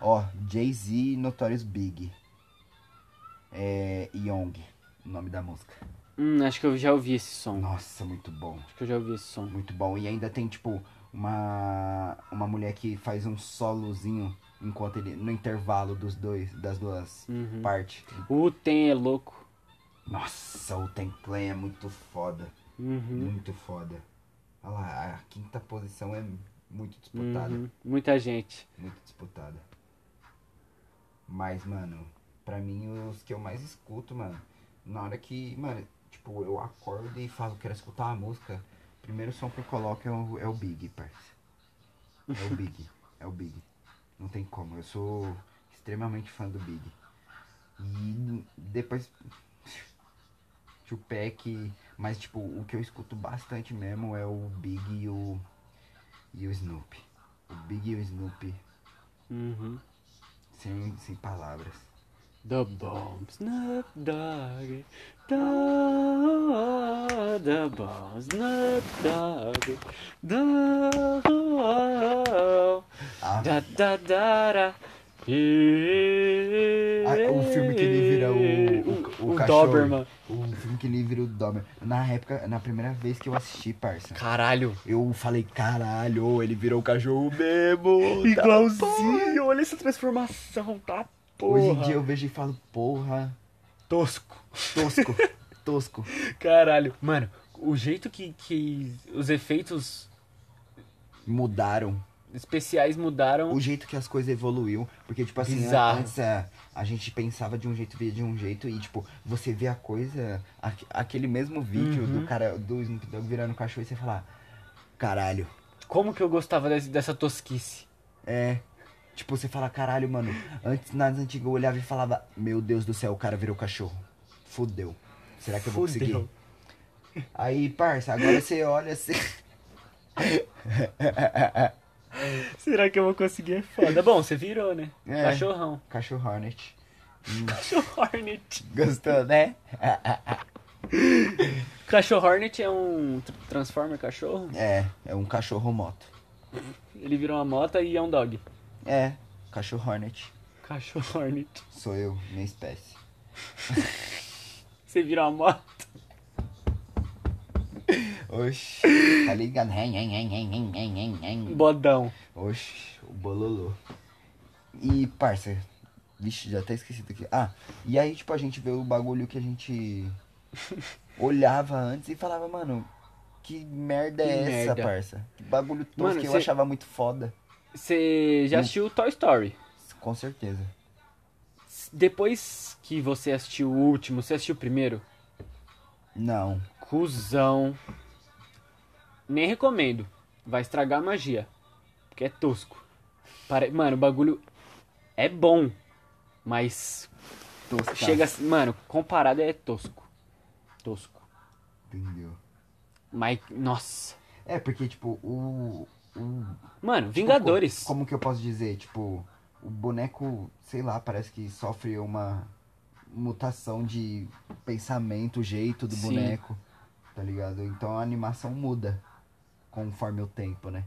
Speaker 2: Ó, Jay-Z e Notorious Big. É. Young, o nome da música.
Speaker 1: Hum, acho que eu já ouvi esse som.
Speaker 2: Nossa, muito bom.
Speaker 1: Acho que eu já ouvi esse som.
Speaker 2: Muito bom. E ainda tem, tipo, uma, uma mulher que faz um solozinho enquanto ele. No intervalo dos dois, das duas
Speaker 1: Uhum.
Speaker 2: partes.
Speaker 1: O Tem é louco.
Speaker 2: Nossa, o Templay é muito foda.
Speaker 1: Uhum.
Speaker 2: Muito foda. Olha lá, a quinta posição é muito disputada.
Speaker 1: Uhum. Muita gente.
Speaker 2: Muito disputada. Mas, mano, pra mim os que eu mais escuto, mano, na hora que, mano, tipo, eu acordo e falo, quero escutar uma música, o primeiro som que eu coloco é o, é o Big, parça. É o Big, é o Big. Não tem como, eu sou extremamente fã do Big. E depois. Tupac, mas tipo, o que eu escuto bastante mesmo é o Big e o. e o Snoop. O Big e o Snoop,
Speaker 1: Uhum.
Speaker 2: sem, sem palavras.
Speaker 1: The bomb, Snoop Dogg. Da, the bomb, Snoop Dogg. Da,
Speaker 2: Ah,
Speaker 1: da, da, da, da. E...
Speaker 2: Ah, o filme que ele vira o- o- o cachorro.
Speaker 1: Um Doberman.
Speaker 2: o filme que ele vira o Doberman. Na época, na primeira vez que eu assisti, parça,
Speaker 1: Caralho.
Speaker 2: eu falei, caralho, ele virou o cachorro mesmo. tá porra."
Speaker 1: Igualzinho, olha essa transformação, tá porra.
Speaker 2: Hoje em dia eu vejo e falo, porra,
Speaker 1: tosco.
Speaker 2: tosco, tosco.
Speaker 1: Caralho. Mano, o jeito que, que os efeitos
Speaker 2: Mudaram.
Speaker 1: especiais mudaram.
Speaker 2: O jeito que as coisas evoluiu. Porque, tipo assim,
Speaker 1: Bizarro.
Speaker 2: antes a, a gente pensava de um jeito, via de um jeito. E, tipo, você vê a coisa, aque- aquele mesmo vídeo
Speaker 1: Uhum.
Speaker 2: do cara, do Snoop Dogg virando cachorro e você fala, caralho.
Speaker 1: Como que eu gostava desse- dessa tosquice?
Speaker 2: É. Tipo, você fala, caralho, mano. Antes, nas antigas, eu olhava e falava, meu Deus do céu, o cara virou cachorro. Fudeu. Será que eu vou
Speaker 1: Fudeu.
Speaker 2: conseguir? Aí, parça, agora você olha assim.
Speaker 1: Será que eu vou conseguir? É foda. Bom, você virou, né?
Speaker 2: É.
Speaker 1: Cachorrão.
Speaker 2: Cachorro Hornet.
Speaker 1: Cachorro Hornet.
Speaker 2: Gostou, né?
Speaker 1: Cachorro Hornet é um tr- Transformer cachorro.
Speaker 2: É, é um cachorro moto.
Speaker 1: Ele virou uma moto e é um dog.
Speaker 2: É, cachorro Hornet.
Speaker 1: Cachorro Hornet.
Speaker 2: Sou eu, minha espécie.
Speaker 1: Você virou uma moto.
Speaker 2: Oxi, tá ligado? Hein, hein, hein, hein, hein, hein, hein, hein.
Speaker 1: um Bodão.
Speaker 2: Oxi, o bololô. E, parça, vixe, já até esqueci do que. Ah, e aí, tipo, a gente vê o bagulho que a gente olhava antes e falava, mano, que merda é
Speaker 1: Que
Speaker 2: essa,
Speaker 1: merda.
Speaker 2: parça? Que bagulho tosco
Speaker 1: Mano,
Speaker 2: que eu
Speaker 1: cê-
Speaker 2: achava muito foda.
Speaker 1: Você já
Speaker 2: Hum.
Speaker 1: assistiu Toy Story?
Speaker 2: Com certeza.
Speaker 1: Depois que você assistiu o último, você assistiu o primeiro?
Speaker 2: Não.
Speaker 1: Cusão. nem recomendo. Vai estragar a magia. Porque é tosco. Pare- Mano, o bagulho é bom. Mas
Speaker 2: Tosca.
Speaker 1: chega. a- Mano, comparado é tosco. Tosco.
Speaker 2: Entendeu?
Speaker 1: Mas, nossa.
Speaker 2: É, porque, tipo, o. o
Speaker 1: Mano,
Speaker 2: tipo,
Speaker 1: Vingadores.
Speaker 2: co- como que eu posso dizer? Tipo, o boneco, sei lá, parece que sofre uma mutação de pensamento, jeito do
Speaker 1: Sim.
Speaker 2: boneco. Tá ligado? Então a animação muda conforme o tempo, né?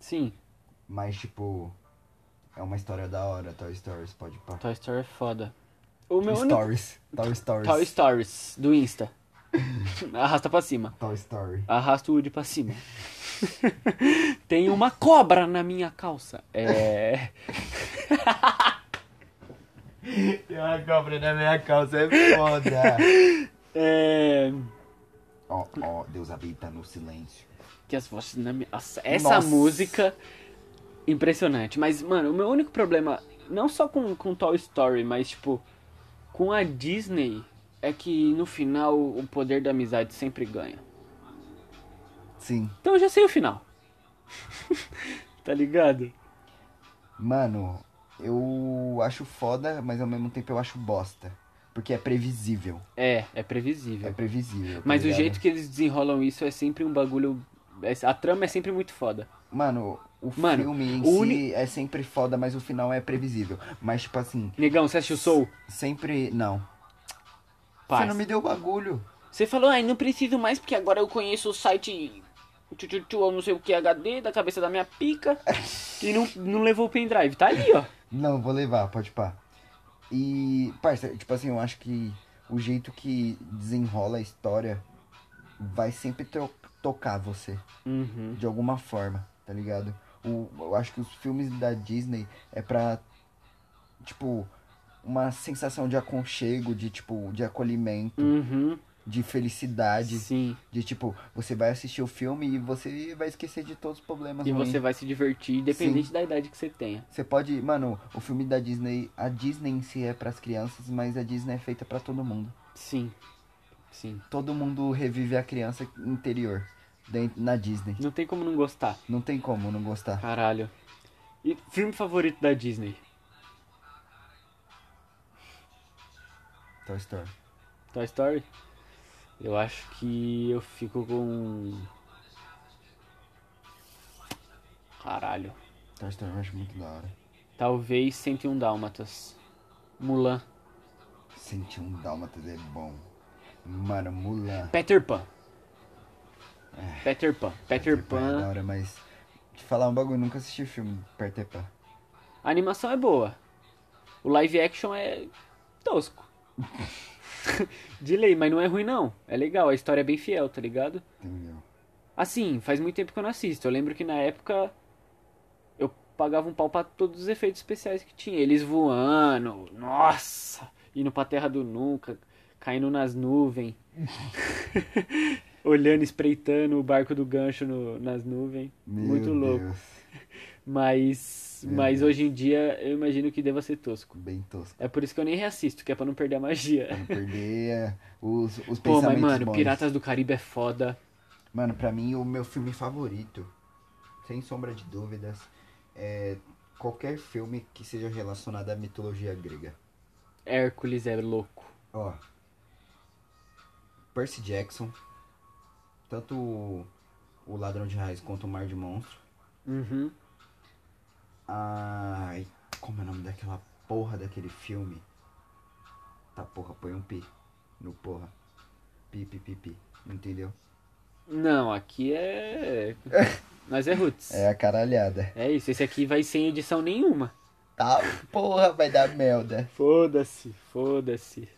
Speaker 1: Sim,
Speaker 2: Mas, tipo, é uma história da hora, Toy Stories, pode pá.
Speaker 1: Toy Story é foda. O meu único-
Speaker 2: Stories. Toy Stories.
Speaker 1: Toy Stories, do Insta. Arrasta pra cima.
Speaker 2: Toy Story.
Speaker 1: Arrasta o Woody pra cima. Tem uma cobra na minha calça. É.
Speaker 2: Tem uma cobra na minha calça, é foda.
Speaker 1: É.
Speaker 2: Ó, ó, Deus habita no silêncio.
Speaker 1: Que as vozes na minha. Nossa, essa
Speaker 2: Nossa.
Speaker 1: música. Impressionante. Mas, mano, o meu único problema, não só com, com Toy Story, mas, tipo, com a Disney, é que no final o poder da amizade sempre ganha.
Speaker 2: Sim.
Speaker 1: Então eu já sei o final. tá ligado?
Speaker 2: Mano, eu acho foda, mas ao mesmo tempo eu acho bosta. Porque é previsível.
Speaker 1: É, é
Speaker 2: É
Speaker 1: previsível.
Speaker 2: previsível. tá
Speaker 1: Mas o
Speaker 2: ligado?
Speaker 1: jeito que eles desenrolam isso é sempre um bagulho. é- A trama é sempre muito foda.
Speaker 2: Mano, o
Speaker 1: Mano,
Speaker 2: filme em
Speaker 1: o
Speaker 2: si
Speaker 1: uni-
Speaker 2: é sempre foda, mas o final é previsível. Mas, tipo assim,
Speaker 1: Negão, você assistiu Soul?
Speaker 2: sempre. Não. Você
Speaker 1: Paz.
Speaker 2: não me deu o bagulho.
Speaker 1: Você falou, ai, não preciso mais porque agora eu conheço o site tchutchutchu ou não sei o que HD da cabeça da minha pica e não, não levou o pendrive. Tá ali, ó.
Speaker 2: Não, vou levar, pode pá. E, parça, tipo assim, eu acho que o jeito que desenrola a história vai sempre to- tocar você,
Speaker 1: Uhum.
Speaker 2: de alguma forma, tá ligado? O, eu acho que os filmes da Disney é pra, tipo, uma sensação de aconchego, de, tipo, de acolhimento,
Speaker 1: Uhum.
Speaker 2: de felicidade,
Speaker 1: Sim.
Speaker 2: de, tipo, você vai assistir o filme e você vai esquecer de todos os problemas
Speaker 1: E
Speaker 2: ruins.
Speaker 1: você vai se divertir, independente da idade que você tenha.
Speaker 2: Você pode, mano, o filme da Disney, a Disney em si é pras crianças, mas a Disney é feita pra todo mundo.
Speaker 1: Sim. Sim.
Speaker 2: Todo mundo revive a criança interior dentro, na Disney.
Speaker 1: Não tem como não gostar.
Speaker 2: Não tem como não gostar.
Speaker 1: Caralho. E filme favorito da Disney?
Speaker 2: Toy Story.
Speaker 1: Toy Story? Eu acho que eu fico com. Caralho.
Speaker 2: Toy Story eu acho muito da hora.
Speaker 1: Talvez 101 Dálmatas. Mulan.
Speaker 2: Sentir um Dálmatas é bom. Mano, Mulan.
Speaker 1: Peter Pan. Peter Pan. Peter
Speaker 2: é da
Speaker 1: Pan.
Speaker 2: hora, mas... Te falar um bagulho, eu nunca assisti o filme do Peter Pan.
Speaker 1: A animação é boa. O live action é tosco. De lei, mas não é ruim não. É legal, a história é bem fiel, tá ligado?
Speaker 2: Entendeu?
Speaker 1: Assim, faz muito tempo que eu não assisto. Eu lembro que na época eu pagava um pau pra todos os efeitos especiais que tinha. Eles voando, nossa, indo pra terra do nunca, caindo nas nuvens, olhando, espreitando o barco do gancho no- nas nuvens.
Speaker 2: Meu
Speaker 1: muito louco.
Speaker 2: Deus.
Speaker 1: Mas,
Speaker 2: Meu
Speaker 1: mas
Speaker 2: Deus.
Speaker 1: hoje em dia eu imagino que deva ser tosco.
Speaker 2: Bem tosco.
Speaker 1: É por isso que eu nem reassisto, que é pra não perder a magia.
Speaker 2: Pra não perder eh, os, os
Speaker 1: Pô, mas
Speaker 2: pensamentos
Speaker 1: mano,
Speaker 2: bons.
Speaker 1: Piratas do Caribe é foda.
Speaker 2: Mano, pra mim o meu filme favorito, sem sombra de dúvidas, é qualquer filme que seja relacionado à mitologia grega.
Speaker 1: Hércules é louco.
Speaker 2: Ó. Percy Jackson, tanto o, o Ladrão de Raiz quanto o Mar de Monstro.
Speaker 1: Uhum.
Speaker 2: Ai, como é o nome daquela porra daquele filme? Tá porra, põe um pi no porra. Pi, pi, pi, pi. Entendeu?
Speaker 1: Não, aqui é. Mas é roots.
Speaker 2: É a caralhada.
Speaker 1: É isso, esse aqui vai sem edição nenhuma.
Speaker 2: Tá, porra, vai dar merda.
Speaker 1: Foda-se, foda-se.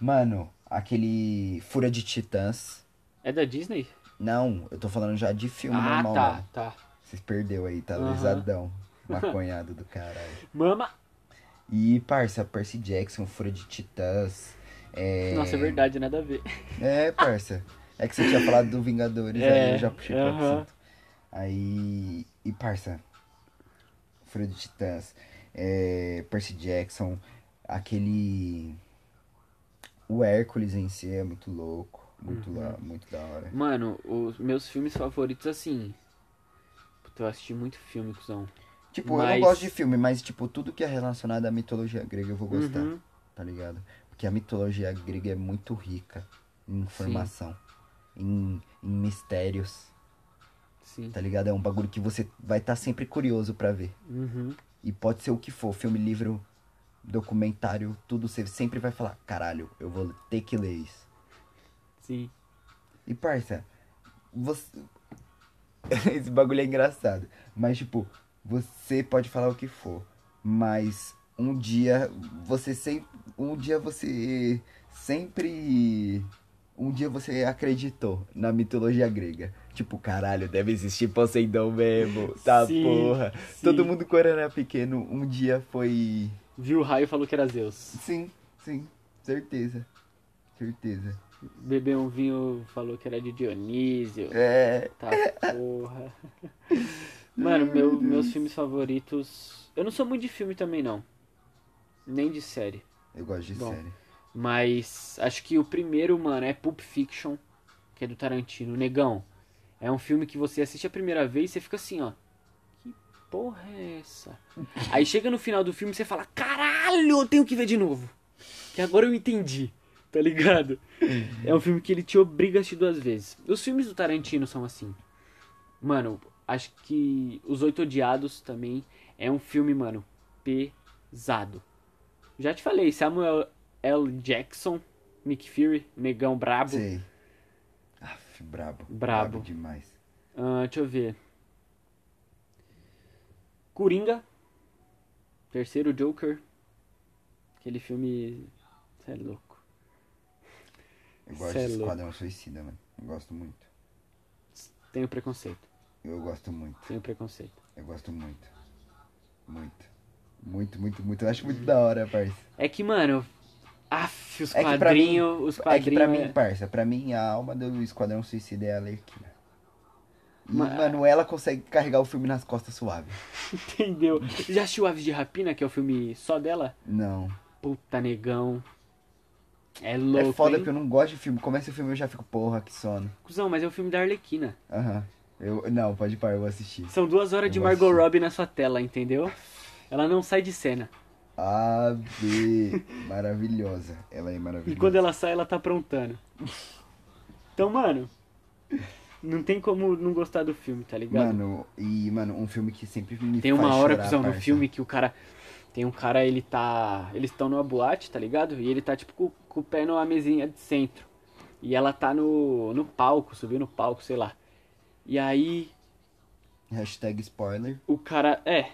Speaker 2: Mano, aquele Fúria de Titãs.
Speaker 1: É da Disney?
Speaker 2: Não, eu tô falando já de filme
Speaker 1: ah,
Speaker 2: normal,
Speaker 1: tá,
Speaker 2: mano.
Speaker 1: tá.
Speaker 2: Vocês perdeu aí, tá
Speaker 1: Aham.
Speaker 2: lesadão. Maconhado do caralho.
Speaker 1: Mama.
Speaker 2: E, parça, Percy Jackson, Fúria de Titãs. É...
Speaker 1: Nossa, é verdade, nada a ver.
Speaker 2: É, parça. É que você tinha falado do Vingadores, aí
Speaker 1: É,
Speaker 2: eu já puxei pra
Speaker 1: aham.
Speaker 2: assunto. Aí. E, parça. Fúria de Titãs. é, Percy Jackson. Aquele. O Hércules em si é muito louco.
Speaker 1: Uhum.
Speaker 2: Muito, lá, muito da hora.
Speaker 1: Mano, os meus filmes favoritos, assim. Puta, eu assisti muito filme, cuzão.
Speaker 2: Tipo, eu
Speaker 1: Mas-
Speaker 2: não gosto de filme, mas, tipo, tudo que é relacionado à mitologia grega eu vou gostar,
Speaker 1: Uhum.
Speaker 2: tá ligado? Porque a mitologia grega é muito rica em informação, em, em mistérios,
Speaker 1: Sim.
Speaker 2: tá ligado? É um bagulho que você vai estar sempre curioso pra ver.
Speaker 1: Uhum.
Speaker 2: E pode ser o que for, filme, livro, documentário, tudo, você sempre vai falar, caralho, eu vou ter que ler isso.
Speaker 1: Sim.
Speaker 2: E parça, você. Esse bagulho é engraçado. Mas, tipo, você pode falar o que for. Mas um dia você sempre. Um dia você sempre. Um dia você acreditou na mitologia grega. Tipo, caralho, deve existir Poseidon mesmo. Tá
Speaker 1: Sim,
Speaker 2: porra.
Speaker 1: sim.
Speaker 2: Todo mundo quando era pequeno, um dia foi.
Speaker 1: Viu o raio e falou que era Zeus.
Speaker 2: Sim, sim, certeza. Certeza.
Speaker 1: Bebeu um vinho falou que era de Dionísio.
Speaker 2: É.
Speaker 1: Tá, porra. Mano, meu- meus filmes favoritos. Eu não sou muito de filme também, não. Nem de série.
Speaker 2: Eu gosto de
Speaker 1: Bom.
Speaker 2: série.
Speaker 1: Mas acho que o primeiro, mano, é Pulp Fiction, que é do Tarantino. Negão, é um filme que você assiste a primeira vez e você fica assim, ó. Que porra é essa? Aí chega no final do filme e você fala, caralho, eu tenho que ver de novo. Que agora eu entendi, tá ligado? É um filme que ele te obriga a assistir duas vezes. Os filmes do Tarantino são assim. Mano, acho que Os Oito Odiados também é um filme, mano, pesado. Já te falei, Samuel L. Jackson, Nick Fury, negão brabo.
Speaker 2: Sei. Aff, brabo.
Speaker 1: Brabo.
Speaker 2: demais.
Speaker 1: Ah, deixa eu ver. Coringa. Terceiro Joker. Aquele filme. Cê é louco.
Speaker 2: Eu gosto
Speaker 1: Cê é
Speaker 2: de
Speaker 1: louco.
Speaker 2: Esquadrão Suicida, mano. Eu gosto muito.
Speaker 1: Tenho preconceito.
Speaker 2: Eu gosto muito.
Speaker 1: Tenho preconceito.
Speaker 2: Eu gosto muito. Muito. Muito, muito, muito. Eu acho muito da hora, parça.
Speaker 1: É que, mano. Aff, os
Speaker 2: É que pra
Speaker 1: quadrinhos. os
Speaker 2: É que pra
Speaker 1: quadrinhos.
Speaker 2: mim, parça, pra mim a alma do Esquadrão Suicida é a Lerquina. E,
Speaker 1: Ma-
Speaker 2: mano, ela consegue carregar o filme nas costas suave.
Speaker 1: é, Entendeu? Já assistiu Aves de Rapina, que é o filme só dela?
Speaker 2: Não.
Speaker 1: Puta negão. É louco.
Speaker 2: é foda
Speaker 1: hein?
Speaker 2: porque eu não gosto de filme. Começa o filme e eu já fico, porra, que sono.
Speaker 1: Cusão, mas é o filme da Arlequina.
Speaker 2: Aham. Eu, não, pode parar, eu vou assistir.
Speaker 1: São duas horas
Speaker 2: Eu
Speaker 1: de
Speaker 2: vou
Speaker 1: Margot
Speaker 2: assistir.
Speaker 1: Robbie na sua tela, entendeu? Ela não sai de cena.
Speaker 2: Ave, maravilhosa. Ela é
Speaker 1: E
Speaker 2: maravilhosa.
Speaker 1: quando ela sai, ela tá aprontando. Então, mano, não tem como não gostar do filme, tá ligado?
Speaker 2: Mano, e, mano, um filme que sempre me
Speaker 1: tem
Speaker 2: faz
Speaker 1: uma hora,
Speaker 2: chorar,
Speaker 1: cuzão, no
Speaker 2: parça.
Speaker 1: filme que o cara. Tem um cara, ele tá. Eles estão numa boate, tá ligado? E ele tá, tipo, com, com o pé numa mesinha de centro. E ela tá no, no palco, subiu no palco, sei lá. E aí,
Speaker 2: Hashtag spoiler.
Speaker 1: o cara. É.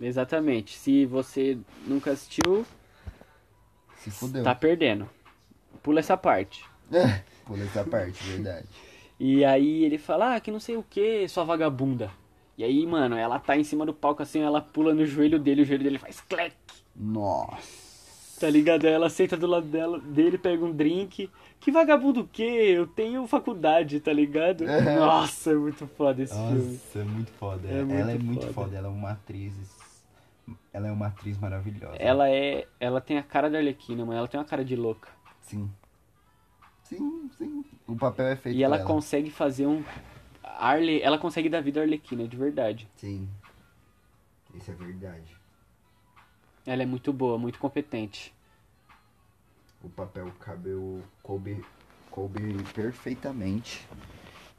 Speaker 1: Exatamente. Se você nunca assistiu,
Speaker 2: Se fudeu.
Speaker 1: tá perdendo. Pula essa parte.
Speaker 2: Pula essa parte, verdade.
Speaker 1: E aí ele fala, ah, que não sei o que, sua vagabunda. E aí, mano, ela tá em cima do palco assim, ela pula no joelho dele, o joelho dele faz clec,
Speaker 2: Nossa.
Speaker 1: tá ligado? Aí ela senta do lado dela, dele, pega um drink. Que vagabundo o quê? Eu tenho faculdade, tá ligado?
Speaker 2: É.
Speaker 1: Nossa, é muito foda esse filme.
Speaker 2: é muito foda.
Speaker 1: É muito
Speaker 2: ela é muito
Speaker 1: foda.
Speaker 2: foda. Ela é uma atriz. Ela é uma atriz maravilhosa.
Speaker 1: Ela é. Ela tem a cara da Arlequina, mano. Ela tem uma cara de louca.
Speaker 2: Sim. Sim, sim. O papel é feito
Speaker 1: E ela
Speaker 2: pra
Speaker 1: consegue fazer um. Arle... Ela consegue dar vida à Arlequina, de verdade.
Speaker 2: Sim. Isso é verdade.
Speaker 1: Ela é muito boa, muito competente.
Speaker 2: O papel cabelo coube, coube perfeitamente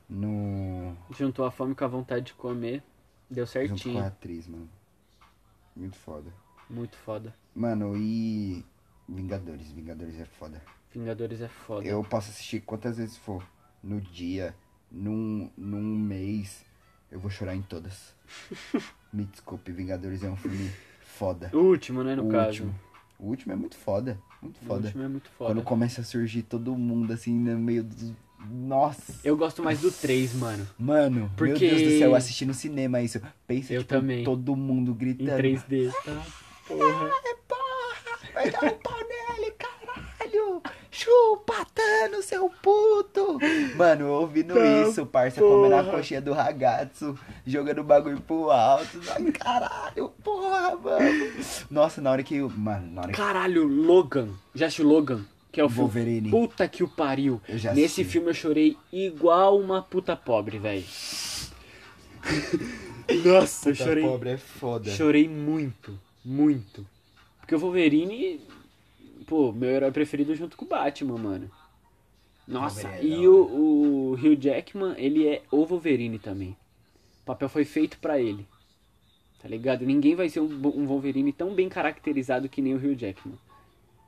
Speaker 2: no.
Speaker 1: Juntou a fome com a vontade de comer. Deu
Speaker 2: Junto com a
Speaker 1: certinho.
Speaker 2: atriz, mano. Muito foda.
Speaker 1: Muito foda.
Speaker 2: Mano, e. Vingadores, Vingadores é foda.
Speaker 1: Vingadores é foda.
Speaker 2: Eu posso assistir quantas vezes for. No dia, num, num mês. Eu vou chorar em todas. Me desculpe, Vingadores é um filme foda.
Speaker 1: O último, né, no
Speaker 2: o
Speaker 1: caso.
Speaker 2: último. O último é muito foda. Muito
Speaker 1: O
Speaker 2: foda.
Speaker 1: último é muito foda.
Speaker 2: Quando começa a surgir todo mundo assim no meio do. Nossa!
Speaker 1: Eu gosto mais do 3, mano.
Speaker 2: Mano, meu
Speaker 1: Porque-
Speaker 2: Deus do céu, eu assisti no cinema isso. Pensa
Speaker 1: Eu
Speaker 2: tipo,
Speaker 1: também.
Speaker 2: todo mundo
Speaker 1: Em
Speaker 2: gritando.
Speaker 1: 3D. Tá? Porra.
Speaker 2: Vai dar um pau nele, caralho! Chupa, Tano, seu puto! Mano, ouvindo
Speaker 1: Tá,
Speaker 2: isso, parça,
Speaker 1: porra.
Speaker 2: comendo a coxinha do ragazzo, jogando o bagulho pro alto. Ai, caralho, porra, mano! Nossa, na hora que. eu- Mano, na hora que.
Speaker 1: Caralho, Logan. Já assistiu Logan? que é o filme.
Speaker 2: Wolverine.
Speaker 1: Puta que o pariu.
Speaker 2: Eu já
Speaker 1: Nesse
Speaker 2: assisti.
Speaker 1: filme eu chorei igual uma puta pobre, velho. Nossa, eu
Speaker 2: Puta
Speaker 1: chorei.
Speaker 2: pobre é foda.
Speaker 1: Chorei muito, muito. Porque o Wolverine, pô, meu herói preferido junto com o Batman, mano. Nossa,
Speaker 2: Wolverine é
Speaker 1: e
Speaker 2: da
Speaker 1: o, o Hugh Jackman, ele é o Wolverine também. O papel foi feito pra ele. Tá ligado? Ninguém vai ser um, bo- um Wolverine tão bem caracterizado que nem o Hugh Jackman.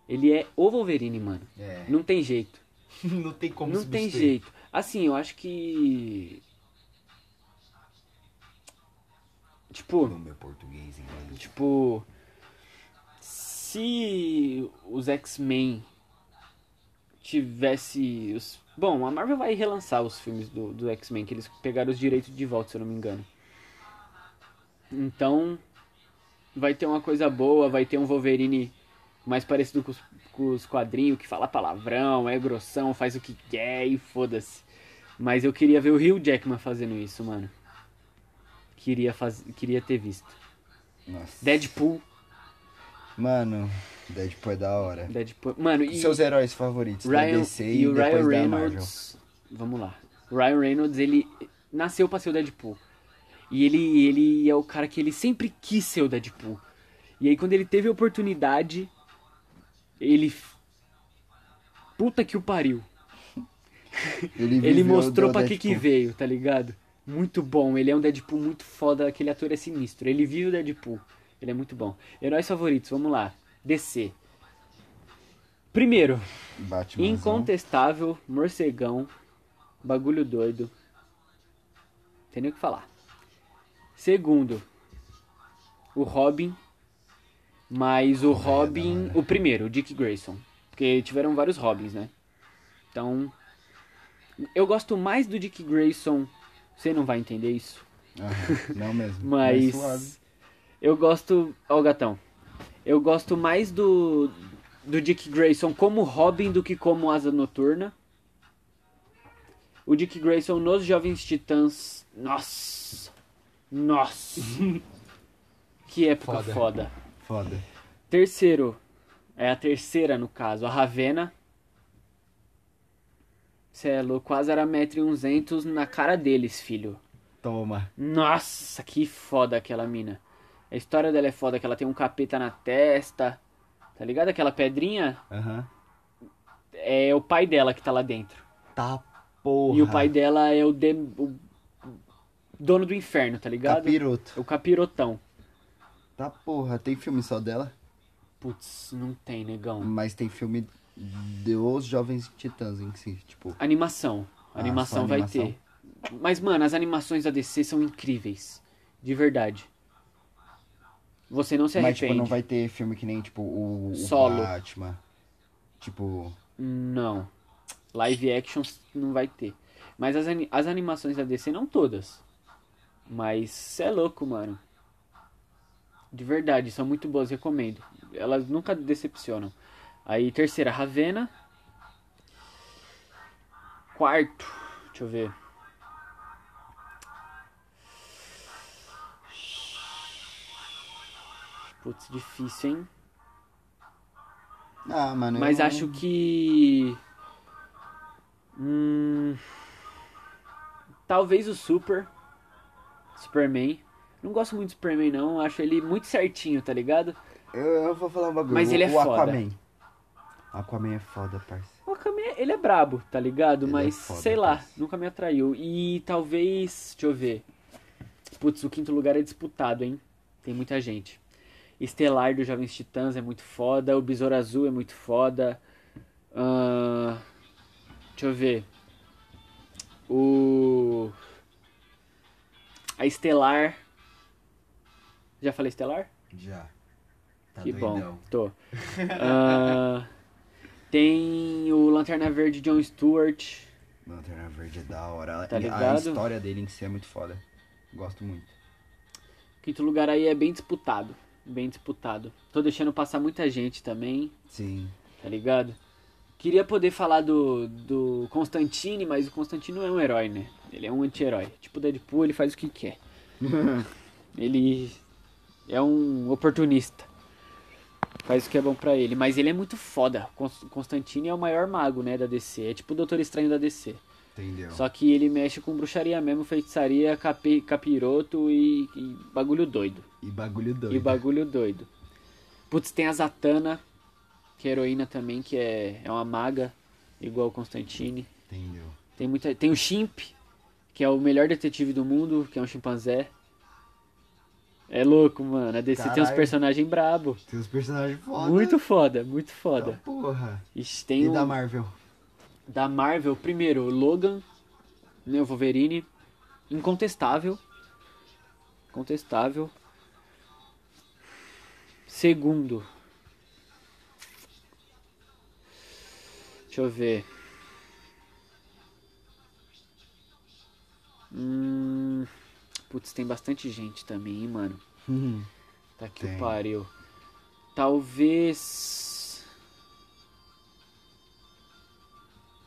Speaker 1: Ele é o Wolverine, mano.
Speaker 2: É.
Speaker 1: Não tem jeito.
Speaker 2: Não tem como
Speaker 1: não tem jeito. Assim, eu acho que. Tipo.
Speaker 2: meu português inglês.
Speaker 1: Tipo, se os X-Men tivesse os... Bom, a Marvel vai relançar os filmes do, do X-Men, que eles pegaram os direitos de volta, se eu não me engano. Então, vai ter uma coisa boa, vai ter um Wolverine mais parecido com os, com os quadrinhos, que fala palavrão, é grossão, faz o que quer e foda-se. Mas eu queria ver o Hugh Jackman fazendo isso, mano. Queria, faz... queria ter visto.
Speaker 2: Nossa.
Speaker 1: Deadpool.
Speaker 2: Mano, Deadpool é da hora.
Speaker 1: Deadpool. Mano, e
Speaker 2: Seus heróis favoritos da
Speaker 1: Ryan,
Speaker 2: DC e,
Speaker 1: e o
Speaker 2: depois
Speaker 1: Ryan
Speaker 2: da
Speaker 1: Reynolds. Vamos lá. O Ryan Reynolds, ele nasceu pra ser o Deadpool. E ele, ele é o cara que ele sempre quis ser o Deadpool. E aí, quando ele teve a oportunidade, ele. Puta que o pariu.
Speaker 2: Marvel. Ele,
Speaker 1: Ele
Speaker 2: viveu
Speaker 1: mostrou
Speaker 2: do
Speaker 1: pra que que
Speaker 2: Deadpool.
Speaker 1: veio, tá ligado? Muito bom, ele é um Deadpool muito foda, aquele ator é sinistro. Ele vive o Deadpool, ele é muito bom. Heróis favoritos, vamos lá. DC. Primeiro,
Speaker 2: Batman. né?
Speaker 1: incontestável, morcegão, bagulho doido. Tem nem o que falar. Segundo, o Robin, mas o Robin, o primeiro, o Dick Grayson, porque tiveram vários Robins, né? Então, eu gosto mais do Dick Grayson. Você não vai entender isso,
Speaker 2: Aham, Não mesmo. Mais suave.
Speaker 1: mas eu gosto, ó o gatão. Eu gosto mais do do Dick Grayson como Robin do que como Asa Noturna. O Dick Grayson nos Jovens Titãs, nossa. Nossa. que época
Speaker 4: Foda.
Speaker 1: foda.
Speaker 2: Foda.
Speaker 1: Terceiro, é a terceira no caso, a Ravena. Cê é louco, quase era metro e 200 na cara deles, filho.
Speaker 2: Toma.
Speaker 1: Nossa, que foda aquela mina. A história dela é foda, que ela tem um capeta na testa. Tá ligado? Aquela pedrinha
Speaker 2: Aham.
Speaker 1: é o pai dela que tá lá dentro.
Speaker 2: Tá porra.
Speaker 1: E o pai dela é o, dem- o dono do inferno, tá ligado?
Speaker 2: Capiroto.
Speaker 1: O capirotão.
Speaker 2: Tá porra. Tem filme só dela?
Speaker 1: Putz, não tem, negão.
Speaker 2: Mas tem filme dos Jovens Titãs em si, tipo.
Speaker 1: Animação.
Speaker 2: Ah,
Speaker 1: animação
Speaker 2: só
Speaker 1: vai
Speaker 2: animação.
Speaker 1: ter. Mas, mano, as animações da DC são incríveis. De verdade. Você não se
Speaker 2: Mas,
Speaker 1: arrepende.
Speaker 2: tipo, não vai ter filme que nem, tipo, o, o
Speaker 1: Solo.
Speaker 2: Batman. Tipo,
Speaker 1: Não. Live action não vai ter. Mas as, ani- as animações da DC, não todas. Mas cê é louco, mano. De verdade, são muito boas, recomendo. Elas nunca decepcionam. Aí, terceira, Ravena. Quarto, deixa eu ver. Putz, difícil, hein?
Speaker 2: ah, mano.
Speaker 1: Mas
Speaker 2: eu não-
Speaker 1: acho que. Hum, talvez o Super. Superman. Não gosto muito do Superman, não. Acho ele muito certinho, tá ligado?
Speaker 2: Eu, eu vou falar um bagulho.
Speaker 1: Mas
Speaker 2: o,
Speaker 1: ele é
Speaker 2: o
Speaker 1: foda.
Speaker 2: Aquaman. Aquaman é foda, parça.
Speaker 1: O Aquaman, ele é brabo, tá ligado?
Speaker 2: Ele
Speaker 1: Mas
Speaker 2: é foda,
Speaker 1: sei lá,
Speaker 2: parça.
Speaker 1: nunca me atraiu. E talvez. Deixa eu ver. Putz, o quinto lugar é disputado, hein? Tem muita gente. Estelar dos Jovens Titãs é muito foda. O Besouro Azul é muito foda. Ahn, deixa eu ver. O. A Estelar. Já falei Estelar?
Speaker 4: Já. Tá
Speaker 1: que
Speaker 4: doidão.
Speaker 1: bom, tô. Ah, tem o Lanterna Verde John Stewart.
Speaker 2: Lanterna Verde é da hora.
Speaker 1: Tá
Speaker 2: E a
Speaker 1: ligado?
Speaker 2: história dele em si é muito foda. Gosto muito.
Speaker 1: Quinto lugar aí é bem disputado. Bem disputado. Tô deixando passar muita gente também,
Speaker 2: Sim.
Speaker 1: tá ligado? Queria poder falar do, do Constantine, mas o Constantine não é um herói, né? Ele é um anti-herói. Tipo o Deadpool, ele faz o que quer. ele é um oportunista. Faz o que é bom pra ele. Mas ele é muito foda. Cons- Constantine é o maior mago, né, da DC. É tipo o Doutor Estranho da DC.
Speaker 2: Entendeu?
Speaker 1: Só que ele mexe com bruxaria mesmo, feitiçaria, capi- capiroto e, e bagulho doido.
Speaker 2: E bagulho doido.
Speaker 1: E bagulho doido. Putz, tem a Zatanna, que é heroína também, que é, é uma maga, igual o Constantine.
Speaker 2: Entendeu?
Speaker 1: Tem, muita, tem o Shimp, que é o melhor detetive do mundo, que é um chimpanzé. É louco, mano. A DC tem uns
Speaker 2: Caralho.
Speaker 1: personagens brabo.
Speaker 2: Tem os personagens foda.
Speaker 1: Muito foda, muito foda.
Speaker 2: Tá, porra.
Speaker 1: Ixi, tem
Speaker 2: E
Speaker 1: um-
Speaker 2: da Marvel?
Speaker 1: da Marvel, primeiro, o Logan, né, o Wolverine, incontestável. Incontestável. Segundo. Deixa eu ver. Hum, putz, tem bastante gente também, hein, mano.
Speaker 2: Hum.
Speaker 1: Tá que
Speaker 2: Tem.
Speaker 1: o pariu. Talvez.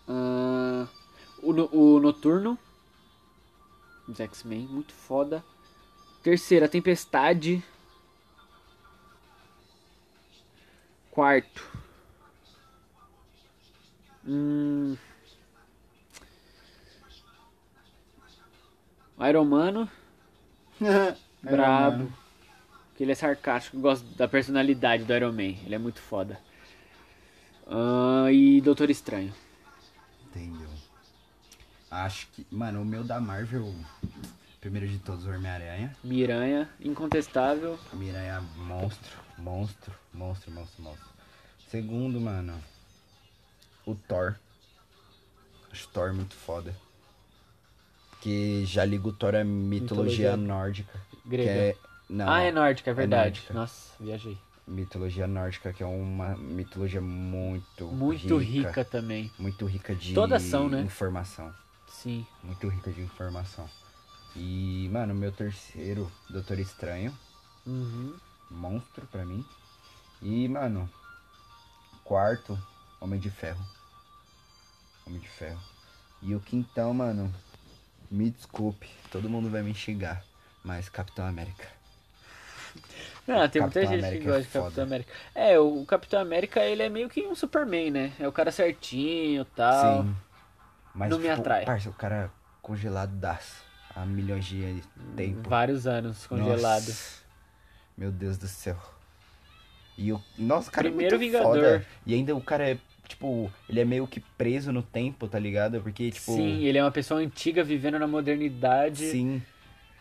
Speaker 1: Ah, o, no- o Noturno. Dos X-Men, muito foda. Terceira, Tempestade. Quarto. Hum. Iron Mano.
Speaker 2: É,
Speaker 1: Brabo.
Speaker 2: Iron Man.
Speaker 1: Porque ele é sarcástico, eu gosto da personalidade do Iron Man. Ele é muito foda. Ah, e Doutor Estranho.
Speaker 2: Entendeu? Acho que. Mano, o meu da Marvel. Primeiro de todos, o Homem-Aranha.
Speaker 1: Miranha, incontestável.
Speaker 2: Miranha, monstro, monstro, monstro, monstro, monstro. Segundo, mano, o Thor. Acho o Thor muito foda. Porque já liga o Thor à
Speaker 1: Mitologia
Speaker 2: mitologia nórdica.
Speaker 1: grega.
Speaker 2: Que é... Não,
Speaker 1: ah, é nórdica, é
Speaker 2: é
Speaker 1: verdade.
Speaker 2: nórdica.
Speaker 1: Nossa, viajei.
Speaker 2: mitologia nórdica, que é uma mitologia muito,
Speaker 1: Muito rica, também.
Speaker 2: Muito rica de
Speaker 1: Todas são, né?
Speaker 2: informação.
Speaker 1: Sim.
Speaker 2: Muito rica de informação. E, mano, meu terceiro, Doutor Estranho.
Speaker 1: Uhum.
Speaker 2: monstro pra mim. E, mano, quarto, Homem de Ferro. Homem de Ferro. E o quintão, mano, me desculpe, todo mundo vai me xingar, mas Capitão América.
Speaker 1: Ah, tem muita
Speaker 2: Capitão
Speaker 1: gente que
Speaker 2: América é
Speaker 1: gosta de
Speaker 2: foda.
Speaker 1: Capitão América. É, o Capitão América, ele é meio que um Superman, né? É o cara certinho e tal.
Speaker 2: Sim. Mas,
Speaker 1: Ah, não me
Speaker 2: tipo,
Speaker 1: atrai.
Speaker 2: Parça, o cara congelado das há milhões de tempo.
Speaker 1: Vários anos congelado.
Speaker 2: Nossa, meu Deus do céu. E o. Nossa, o cara
Speaker 1: Primeiro
Speaker 2: é muito
Speaker 1: Vingador.
Speaker 2: foda. E ainda o cara é, tipo, ele é meio que preso no tempo, tá ligado? Porque, tipo.
Speaker 1: Sim, ele é uma pessoa antiga vivendo na modernidade.
Speaker 2: Sim.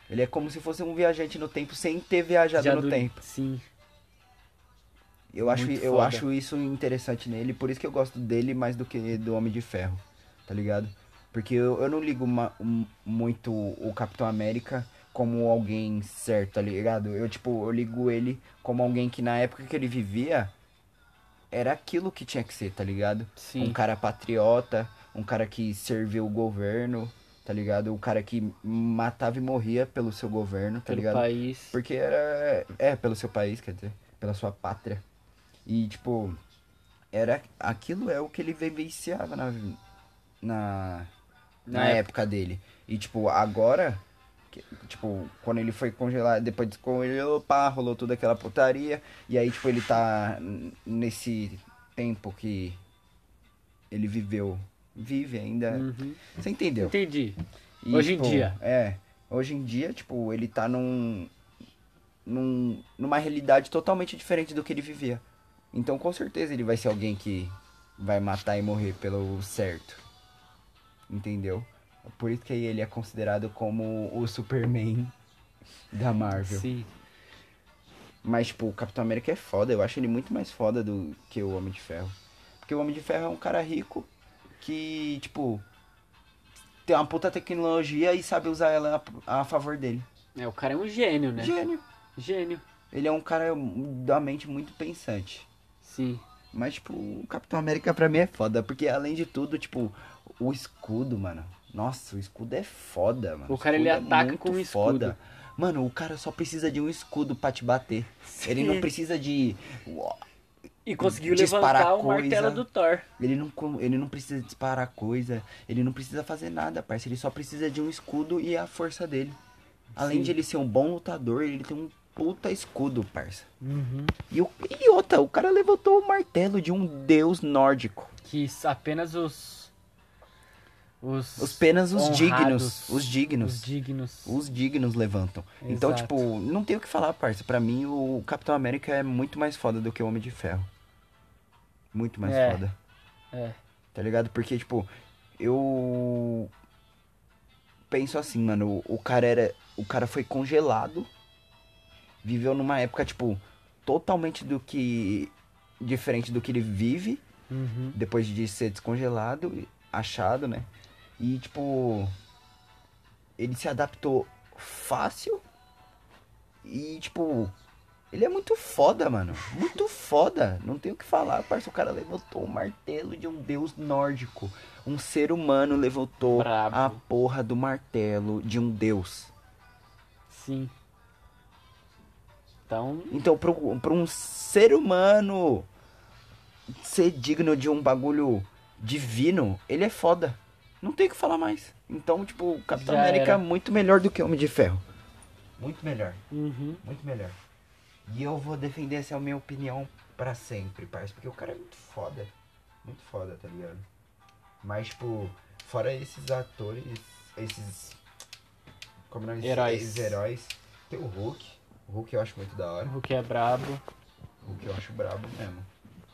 Speaker 2: Ele é como se fosse um viajante no tempo sem ter viajado
Speaker 1: Já
Speaker 2: no
Speaker 1: do-
Speaker 2: tempo.
Speaker 1: Sim.
Speaker 2: Eu acho,
Speaker 1: Muito
Speaker 2: eu
Speaker 1: foda.
Speaker 2: acho isso interessante nele, por isso que eu gosto dele mais do que do Homem de Ferro, tá ligado? Porque eu, eu não ligo ma- um- muito o Capitão América como alguém certo, tá ligado? Eu, tipo, eu ligo ele como alguém que na época que ele vivia era aquilo que tinha que ser, tá ligado?
Speaker 1: Sim.
Speaker 2: Um cara patriota, um cara que serviu o governo, tá ligado? Um cara que matava e morria pelo seu governo, tá
Speaker 1: pelo
Speaker 2: ligado?
Speaker 1: país.
Speaker 2: Porque era. É, pelo seu país, quer dizer, pela sua pátria. E, tipo, era. Aquilo é o que ele vivenciava na. Na, na
Speaker 1: Na
Speaker 2: época. dele. E, tipo, agora. que- Tipo, quando ele foi congelar, depois descongelou, pá, rolou toda aquela putaria. E aí, tipo, ele tá n- nesse tempo que ele viveu. Vive ainda.
Speaker 1: Uhum.
Speaker 2: Você entendeu?
Speaker 1: Entendi.
Speaker 2: E,
Speaker 1: Hoje em
Speaker 2: tipo,
Speaker 1: dia.
Speaker 2: É. Hoje em dia, tipo, ele tá num, num. numa realidade totalmente diferente do que ele vivia. Então com certeza ele vai ser alguém que vai matar e morrer pelo certo. Entendeu? Por isso que ele é considerado como o Superman da Marvel.
Speaker 1: Sim.
Speaker 2: Mas, tipo, o Capitão América é foda. Eu acho ele muito mais foda do que o Homem de Ferro. Porque o Homem de Ferro é um cara rico que, tipo, tem uma puta tecnologia e sabe usar ela a, a favor dele.
Speaker 1: É, o cara é um gênio, né?
Speaker 2: Gênio.
Speaker 1: Gênio.
Speaker 2: Ele é um cara da mente muito pensante.
Speaker 1: Sim.
Speaker 2: Mas, tipo, o Capitão América pra mim é foda. Porque, além de tudo, tipo, o escudo, mano. Nossa, o escudo é foda, mano.
Speaker 1: O cara, ele
Speaker 2: escudo é
Speaker 1: ataca
Speaker 2: muito
Speaker 1: com um o
Speaker 2: foda. Mano, o cara só precisa de um escudo pra te bater. Ele não precisa de.
Speaker 1: E conseguiu
Speaker 2: Disparar
Speaker 1: levantar o
Speaker 2: coisa.
Speaker 1: martelo do Thor.
Speaker 2: Ele não, com- ele não precisa disparar coisa, ele não precisa fazer nada, parceiro. Ele só precisa de um escudo e a força dele. Além
Speaker 1: Sim.
Speaker 2: de ele ser um bom lutador, ele tem um puta escudo, parça.
Speaker 1: Uhum.
Speaker 2: E, o, e outra, o cara levantou o martelo de um deus nórdico.
Speaker 1: Que s- apenas os. Os.
Speaker 2: Os penas os
Speaker 1: honrados,
Speaker 2: dignos. Os dignos.
Speaker 1: Os dignos.
Speaker 2: Os dignos levantam. Então,
Speaker 1: Exato.
Speaker 2: tipo, não tem o que falar, parça. Pra mim, o Capitão América é muito mais foda do que o Homem de Ferro. Muito mais
Speaker 1: É.
Speaker 2: foda.
Speaker 1: É.
Speaker 2: Tá ligado? Porque, tipo, eu. Penso assim, mano. O, o cara era. O cara foi congelado. Viveu numa época, tipo, totalmente do que. Diferente do que ele vive
Speaker 1: Uhum.
Speaker 2: depois de ser descongelado, achado, né? E tipo, ele se adaptou fácil e tipo, ele é muito foda, mano. Muito foda. Não tem o que falar, parça. O cara levantou o martelo de um deus nórdico. Um ser humano levantou
Speaker 1: Brabo.
Speaker 2: a porra do martelo de um deus.
Speaker 1: Sim. Então.
Speaker 2: Então, pro- pra um ser humano ser digno de um bagulho divino, ele é foda. Não tem o que falar mais. Então, tipo, o Capitão
Speaker 1: Já
Speaker 2: América
Speaker 1: era.
Speaker 2: é muito melhor do que Homem de Ferro. Muito melhor,
Speaker 1: Uhum.
Speaker 2: muito melhor. E eu vou defender essa minha opinião para sempre, parceiro, porque o cara é muito foda. Muito foda, tá ligado? Mas, tipo, fora esses atores, esses. Como nós
Speaker 1: Heróis.
Speaker 2: esses heróis, tem o Hulk. O Hulk eu acho muito da hora.
Speaker 1: O que é brabo.
Speaker 2: O que eu acho brabo mesmo.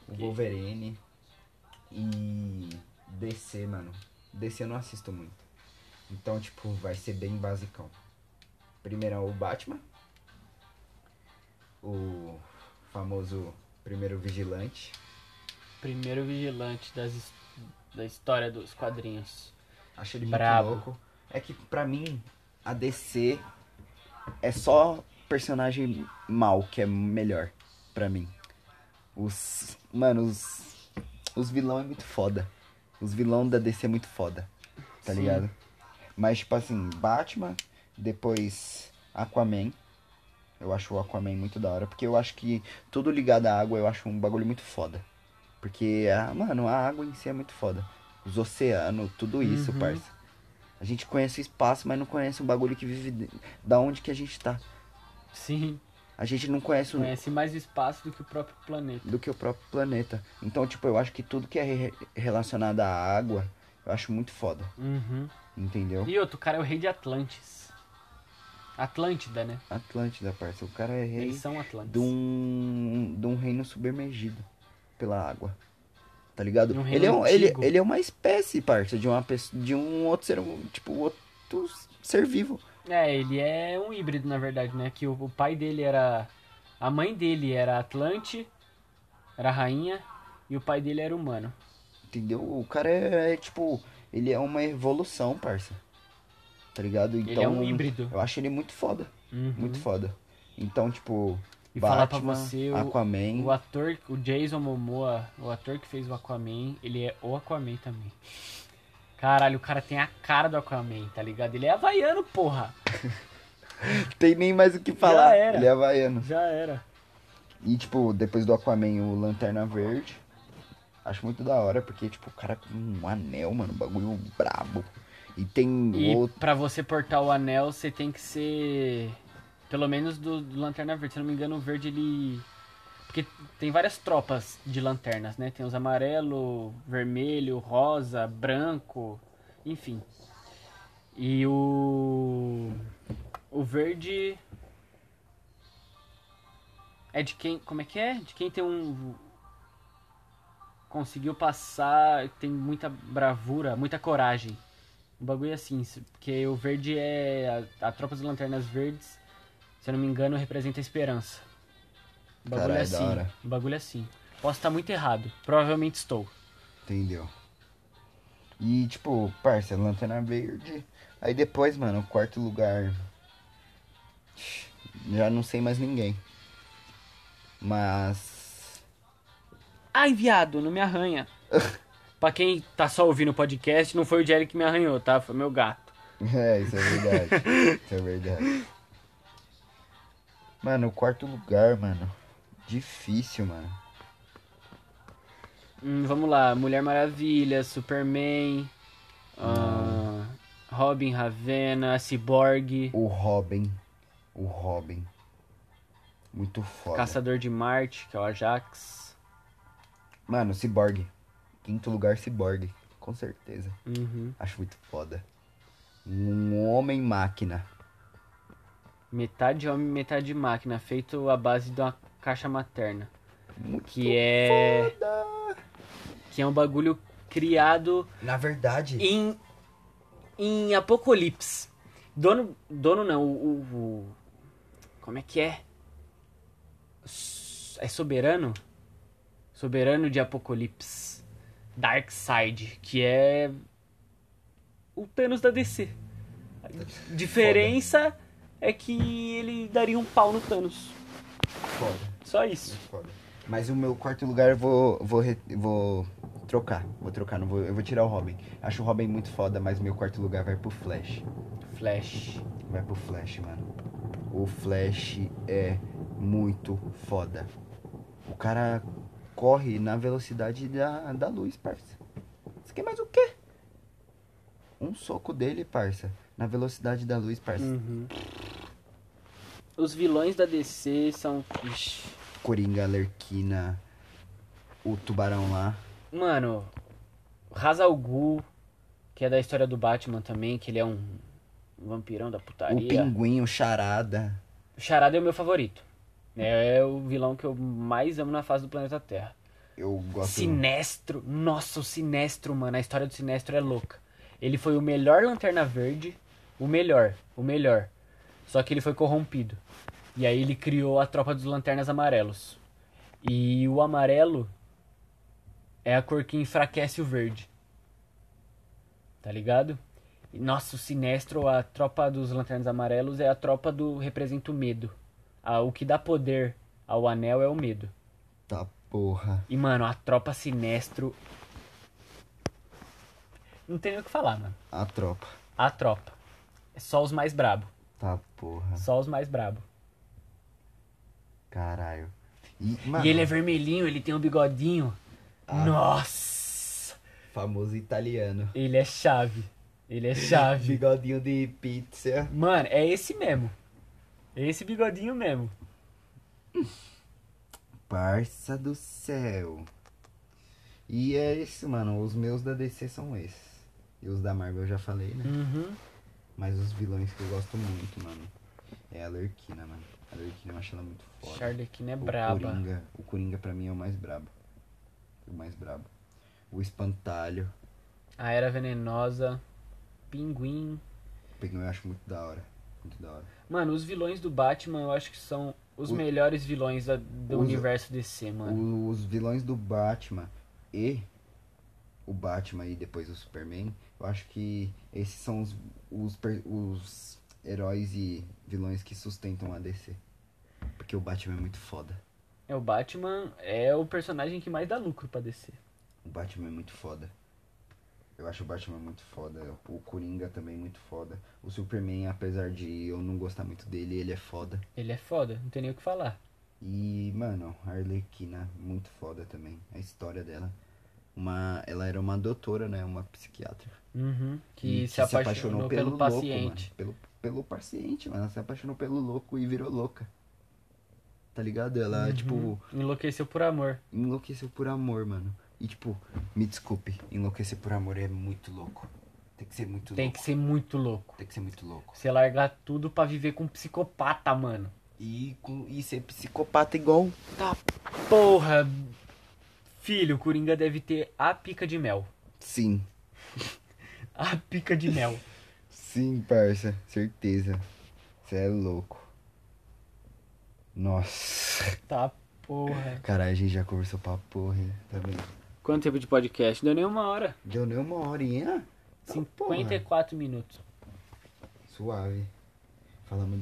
Speaker 2: O Wolverine e DC, mano. DC eu não assisto muito. Então, tipo, vai ser bem basicão. Primeiro é o Batman. O famoso primeiro vigilante.
Speaker 1: Primeiro vigilante das, his- da história dos quadrinhos.
Speaker 2: Acho ele
Speaker 1: Brabo.
Speaker 2: muito louco. É que pra mim, a DC é só personagem mal que é melhor pra mim. Os. Mano, os. Os vilão é muito foda. Os vilão da DC é muito foda. Tá
Speaker 1: Sim.
Speaker 2: ligado? Mas, tipo assim, Batman, depois Aquaman. Eu acho o Aquaman muito da hora, porque eu acho que tudo ligado à água eu acho um bagulho muito foda. Porque, ah, mano, a água em si é muito foda. Os oceanos, tudo isso,
Speaker 1: Uhum.
Speaker 2: parça. A gente conhece o espaço, mas não conhece o bagulho que vive. de- Da onde que a gente tá.
Speaker 1: Sim.
Speaker 2: A gente não conhece o,
Speaker 1: Conhece mais o espaço do que o próprio planeta.
Speaker 2: do que o próprio planeta. Então, tipo, eu acho que tudo que é re- relacionado à água, eu acho muito foda.
Speaker 1: Uhum.
Speaker 2: Entendeu?
Speaker 1: E outro, o cara é o rei de Atlantis. Atlântida, né?
Speaker 2: Atlântida, parça. O cara é rei
Speaker 1: Eles são Atlantes.
Speaker 2: de um, de um reino submergido pela água. Tá ligado?
Speaker 1: De um reino
Speaker 2: ele, é um- ele,
Speaker 1: antigo.
Speaker 2: ele é uma espécie, parça, de uma pessoa, de um outro ser, tipo, outro ser vivo.
Speaker 1: É, ele é um híbrido, na verdade, né? Que o, o pai dele era. A mãe dele era Atlante, era rainha, e o pai dele era humano.
Speaker 2: Entendeu? O cara é, é, tipo, ele é uma evolução, parça. Tá ligado? Então,
Speaker 1: Ele é um híbrido.
Speaker 2: eu acho ele muito foda,
Speaker 1: Uhum.
Speaker 2: muito foda. Então, tipo,
Speaker 1: E falar pra
Speaker 2: Batman,
Speaker 1: você, o-
Speaker 2: Aquaman,
Speaker 1: O ator, o Jason Momoa, o ator que fez o Aquaman, ele é o Aquaman também. Caralho, o cara tem a cara do Aquaman, tá ligado? Ele é havaiano, porra.
Speaker 2: tem nem mais o que falar.
Speaker 1: era.
Speaker 2: Ele é havaiano.
Speaker 1: Já era.
Speaker 2: E, tipo, depois do Aquaman, o Lanterna Verde. Acho muito da hora, porque, tipo, o cara com um anel, mano, um bagulho brabo. E tem
Speaker 1: E
Speaker 2: outro.
Speaker 1: pra você portar o anel, você tem que ser. Pelo menos do, do Lanterna Verde. Se eu não me engano, o verde ele. Porque tem várias tropas de lanternas, né? Tem os amarelo, vermelho, rosa, branco, enfim. E o. O verde. É de quem. Como é que é? De quem tem um. Conseguiu passar. Tem muita bravura, muita coragem. Um bagulho assim, se- porque o verde é. A, a tropa das lanternas verdes, se eu não me engano, representa a esperança. Um bagulho
Speaker 2: Caralho, é da
Speaker 1: assim.
Speaker 2: hora.
Speaker 1: Um bagulho assim. Posso estar muito errado. Provavelmente estou.
Speaker 2: Entendeu? E, tipo, parça, Lanterna Verde. Aí depois, mano, o quarto lugar. Já não sei mais ninguém. Mas.
Speaker 1: Ai, viado, não me arranha. pra quem tá só ouvindo o podcast, não foi o Jerry que me arranhou, tá? Foi meu gato.
Speaker 2: É, isso é verdade. isso é verdade. Mano, o quarto lugar, mano. Difícil, mano.
Speaker 1: Hum, vamos lá, Mulher Maravilha, Superman, ah, Robin Ravena, Cyborg.
Speaker 2: O Robin. O Robin. Muito foda.
Speaker 1: Caçador de Marte, que é o Ajax.
Speaker 2: Mano, Cyborg. Quinto lugar, Cyborg. Com certeza.
Speaker 1: Uhum.
Speaker 2: Acho muito foda. Um homem máquina.
Speaker 1: Metade homem, metade máquina, feito à base de uma caixa materna.
Speaker 2: Muito
Speaker 1: Que é.
Speaker 2: foda.
Speaker 1: Que é um bagulho criado
Speaker 2: Na verdade,
Speaker 1: em. Em Apocalipse. Dono. Dono não, o. o- o- como é que é? S- É soberano? Soberano de Apocalipse. Darkseid, que é. O Thanos da DC. A diferença é que ele daria um pau no Thanos.
Speaker 2: foda.
Speaker 1: Só isso.
Speaker 2: Foda. Mas o meu quarto lugar eu vou, vou, re- vou trocar. Vou trocar, não vou, eu vou tirar o Robin. Acho o Robin muito foda, mas meu quarto lugar vai pro Flash.
Speaker 1: Flash.
Speaker 2: Vai pro Flash, mano. O Flash é muito foda. O cara corre na velocidade da, da luz, parça. Você quer mais o quê? Um soco dele, parça. Na velocidade da luz, parça.
Speaker 1: Hum. Os vilões da DC são. Ixi.
Speaker 2: Coringa, Lerquina, o tubarão lá.
Speaker 1: Mano, Hazal Ghul, que é da história do Batman também, que ele é um vampirão da
Speaker 2: O
Speaker 1: putaria.
Speaker 2: pinguim, o charada.
Speaker 1: O Charada é o meu favorito. É o vilão que eu mais amo na face do planeta Terra.
Speaker 2: Eu gosto.
Speaker 1: Sinestro. Nossa, o Sinestro, mano. A história do Sinestro é louca. Ele foi o melhor Lanterna Verde. O melhor. O melhor. Só que ele foi corrompido. E aí ele criou a tropa dos Lanternas Amarelos. E o amarelo é a cor que enfraquece o verde. Tá ligado? E, nossa, o Sinestro, a tropa dos Lanternas Amarelos é a tropa do representa o medo. Ah, o que dá poder ao anel é o medo.
Speaker 2: Tá porra.
Speaker 1: E, mano, a tropa sinestro. Não tem nem o que falar, mano.
Speaker 2: A tropa.
Speaker 1: A tropa. É só os mais brabo.
Speaker 2: Tá porra.
Speaker 1: Só os mais brabo.
Speaker 2: Caralho. E, mano,
Speaker 1: E ele é vermelhinho, ele tem um bigodinho.
Speaker 2: Ah.
Speaker 1: Nossa!
Speaker 2: famoso italiano.
Speaker 1: Ele é chave. Ele é chave.
Speaker 2: Bigodinho de pizza.
Speaker 1: mano, é esse mesmo. É esse bigodinho mesmo.
Speaker 2: Parça do céu. E é isso, mano. Os meus da DC são esses. E os da Marvel eu já falei, né?
Speaker 1: Uhum.
Speaker 2: Mas os vilões que eu gosto muito, mano. É a Lerquina, mano. A Lerquina eu acho ela muito foda.
Speaker 1: Charlequina é
Speaker 2: o
Speaker 1: braba.
Speaker 2: Coringa. O Coringa pra mim é o mais brabo. O mais brabo. O Espantalho.
Speaker 1: A Era Venenosa. Pinguim.
Speaker 2: O Pinguim eu acho muito da hora. Muito da hora.
Speaker 1: Mano, os vilões do Batman eu acho que são os
Speaker 2: O-
Speaker 1: melhores vilões da- do
Speaker 2: Os-
Speaker 1: universo DC, mano.
Speaker 2: Os vilões do Batman e o Batman e depois o Superman, eu acho que esses são os, os, per- os heróis e vilões que sustentam a DC. Porque o Batman é muito foda.
Speaker 1: É, o Batman é o personagem que mais dá lucro pra DC.
Speaker 2: O Batman é muito foda. Eu acho o Batman muito foda. O Coringa também é muito foda. O Superman, apesar de eu não gostar muito dele, ele é foda.
Speaker 1: Ele é foda, não tem nem o que falar.
Speaker 2: E, mano, a Arlequina, muito foda também. A história dela. Uma, ela era uma doutora, né? Uma psiquiatra.
Speaker 1: Uhum. Que, se, apaixonou pelo,
Speaker 2: louco,
Speaker 1: paciente.
Speaker 2: mano. Pelo, pelo paciente, mano. Ela se apaixonou pelo louco e virou louca. Tá ligado?
Speaker 1: Uhum.
Speaker 2: Ela, tipo,
Speaker 1: Enlouqueceu por amor.
Speaker 2: enlouqueceu por amor, mano. E, tipo, me desculpe, enlouquecer por amor é muito louco. Tem que ser muito
Speaker 1: Tem
Speaker 2: louco.
Speaker 1: que ser muito louco.
Speaker 2: Tem que ser muito louco.
Speaker 1: Você largar tudo pra viver com um psicopata, mano.
Speaker 2: E, com, e ser psicopata igual.
Speaker 1: Porra! Filho, o Coringa deve ter a pica de mel.
Speaker 2: Sim.
Speaker 1: A pica de mel.
Speaker 2: Sim, parça, certeza. Você é louco. Nossa.
Speaker 1: tá, porra.
Speaker 2: Caralho, a gente já conversou pra porra, hein? Tá vendo?
Speaker 1: Quanto tempo de podcast? Não deu nem uma hora.
Speaker 2: Deu nem uma horinha? Tá, porra.
Speaker 1: 54 minutos.
Speaker 2: Suave. Falamos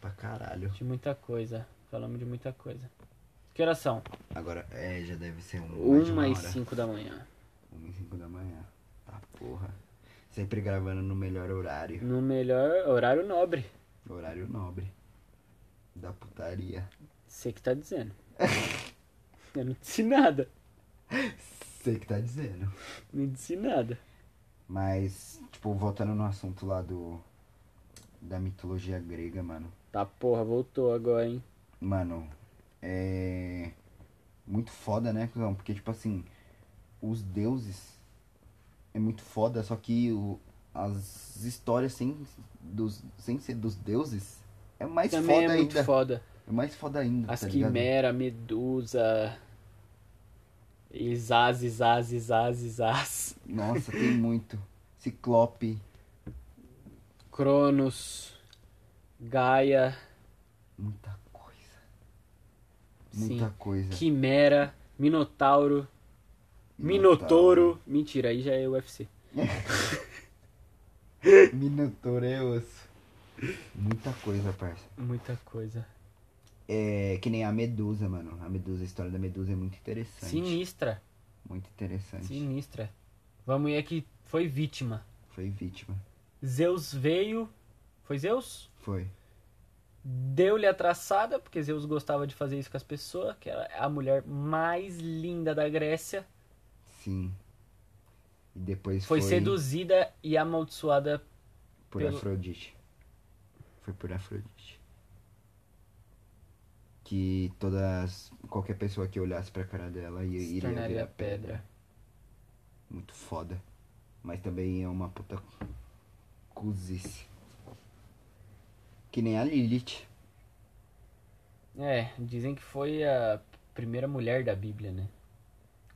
Speaker 2: pra caralho.
Speaker 1: De muita coisa. Falamos de muita coisa. Que horas são?
Speaker 2: Agora, é, já deve ser um, mais de
Speaker 1: Uma e
Speaker 2: hora.
Speaker 1: cinco da manhã.
Speaker 2: Uma e cinco da manhã. Tá porra. Sempre gravando no melhor horário.
Speaker 1: No melhor horário nobre.
Speaker 2: Horário nobre. Da putaria.
Speaker 1: Você que tá dizendo. Eu não disse nada.
Speaker 2: Sei que tá dizendo.
Speaker 1: Não disse nada.
Speaker 2: Mas, tipo, voltando no assunto lá do. Da mitologia grega, mano.
Speaker 1: Tá porra, voltou agora, hein?
Speaker 2: Mano, é. Muito foda, né, cuzão? Porque, tipo assim, os deuses é muito foda, só que o- as histórias sem, dos, sem ser dos deuses é mais
Speaker 1: Também é
Speaker 2: foda
Speaker 1: muito
Speaker 2: ainda.
Speaker 1: foda.
Speaker 2: É mais foda ainda,
Speaker 1: As
Speaker 2: tá ligado?
Speaker 1: Quimera, Medusa. Isaz, Isaz, Isaz, Isaz.
Speaker 2: Nossa, tem muito. Ciclope.
Speaker 1: Cronos. Gaia.
Speaker 2: Muita coisa.
Speaker 1: Sim.
Speaker 2: Muita coisa.
Speaker 1: Quimera. Minotauro. Minotouro. Mentira, aí já é UFC.
Speaker 2: Minotauro é osso. Muita coisa, parça.
Speaker 1: Muita coisa.
Speaker 2: É que nem a Medusa, mano. A Medusa, a história da Medusa é muito interessante.
Speaker 1: Sinistra.
Speaker 2: Muito interessante.
Speaker 1: Sinistra. Uma mulher que foi vítima.
Speaker 2: Foi vítima.
Speaker 1: Zeus veio. Foi Zeus?
Speaker 2: Foi.
Speaker 1: Deu-lhe a traçada, porque Zeus gostava de fazer isso com as pessoas, que era a mulher mais linda da Grécia.
Speaker 2: Sim. E depois
Speaker 1: Foi,
Speaker 2: foi,
Speaker 1: seduzida e amaldiçoada.
Speaker 2: por
Speaker 1: pelo-
Speaker 2: Afrodite. Foi por Afrodite. Que todas. qualquer pessoa que olhasse pra cara dela ia,
Speaker 1: Se
Speaker 2: iria
Speaker 1: tornaria
Speaker 2: ver a pedra.
Speaker 1: pedra.
Speaker 2: Muito foda. Mas também é uma puta cuzice. Que nem a Lilith.
Speaker 1: É, dizem que foi a primeira mulher da Bíblia, né?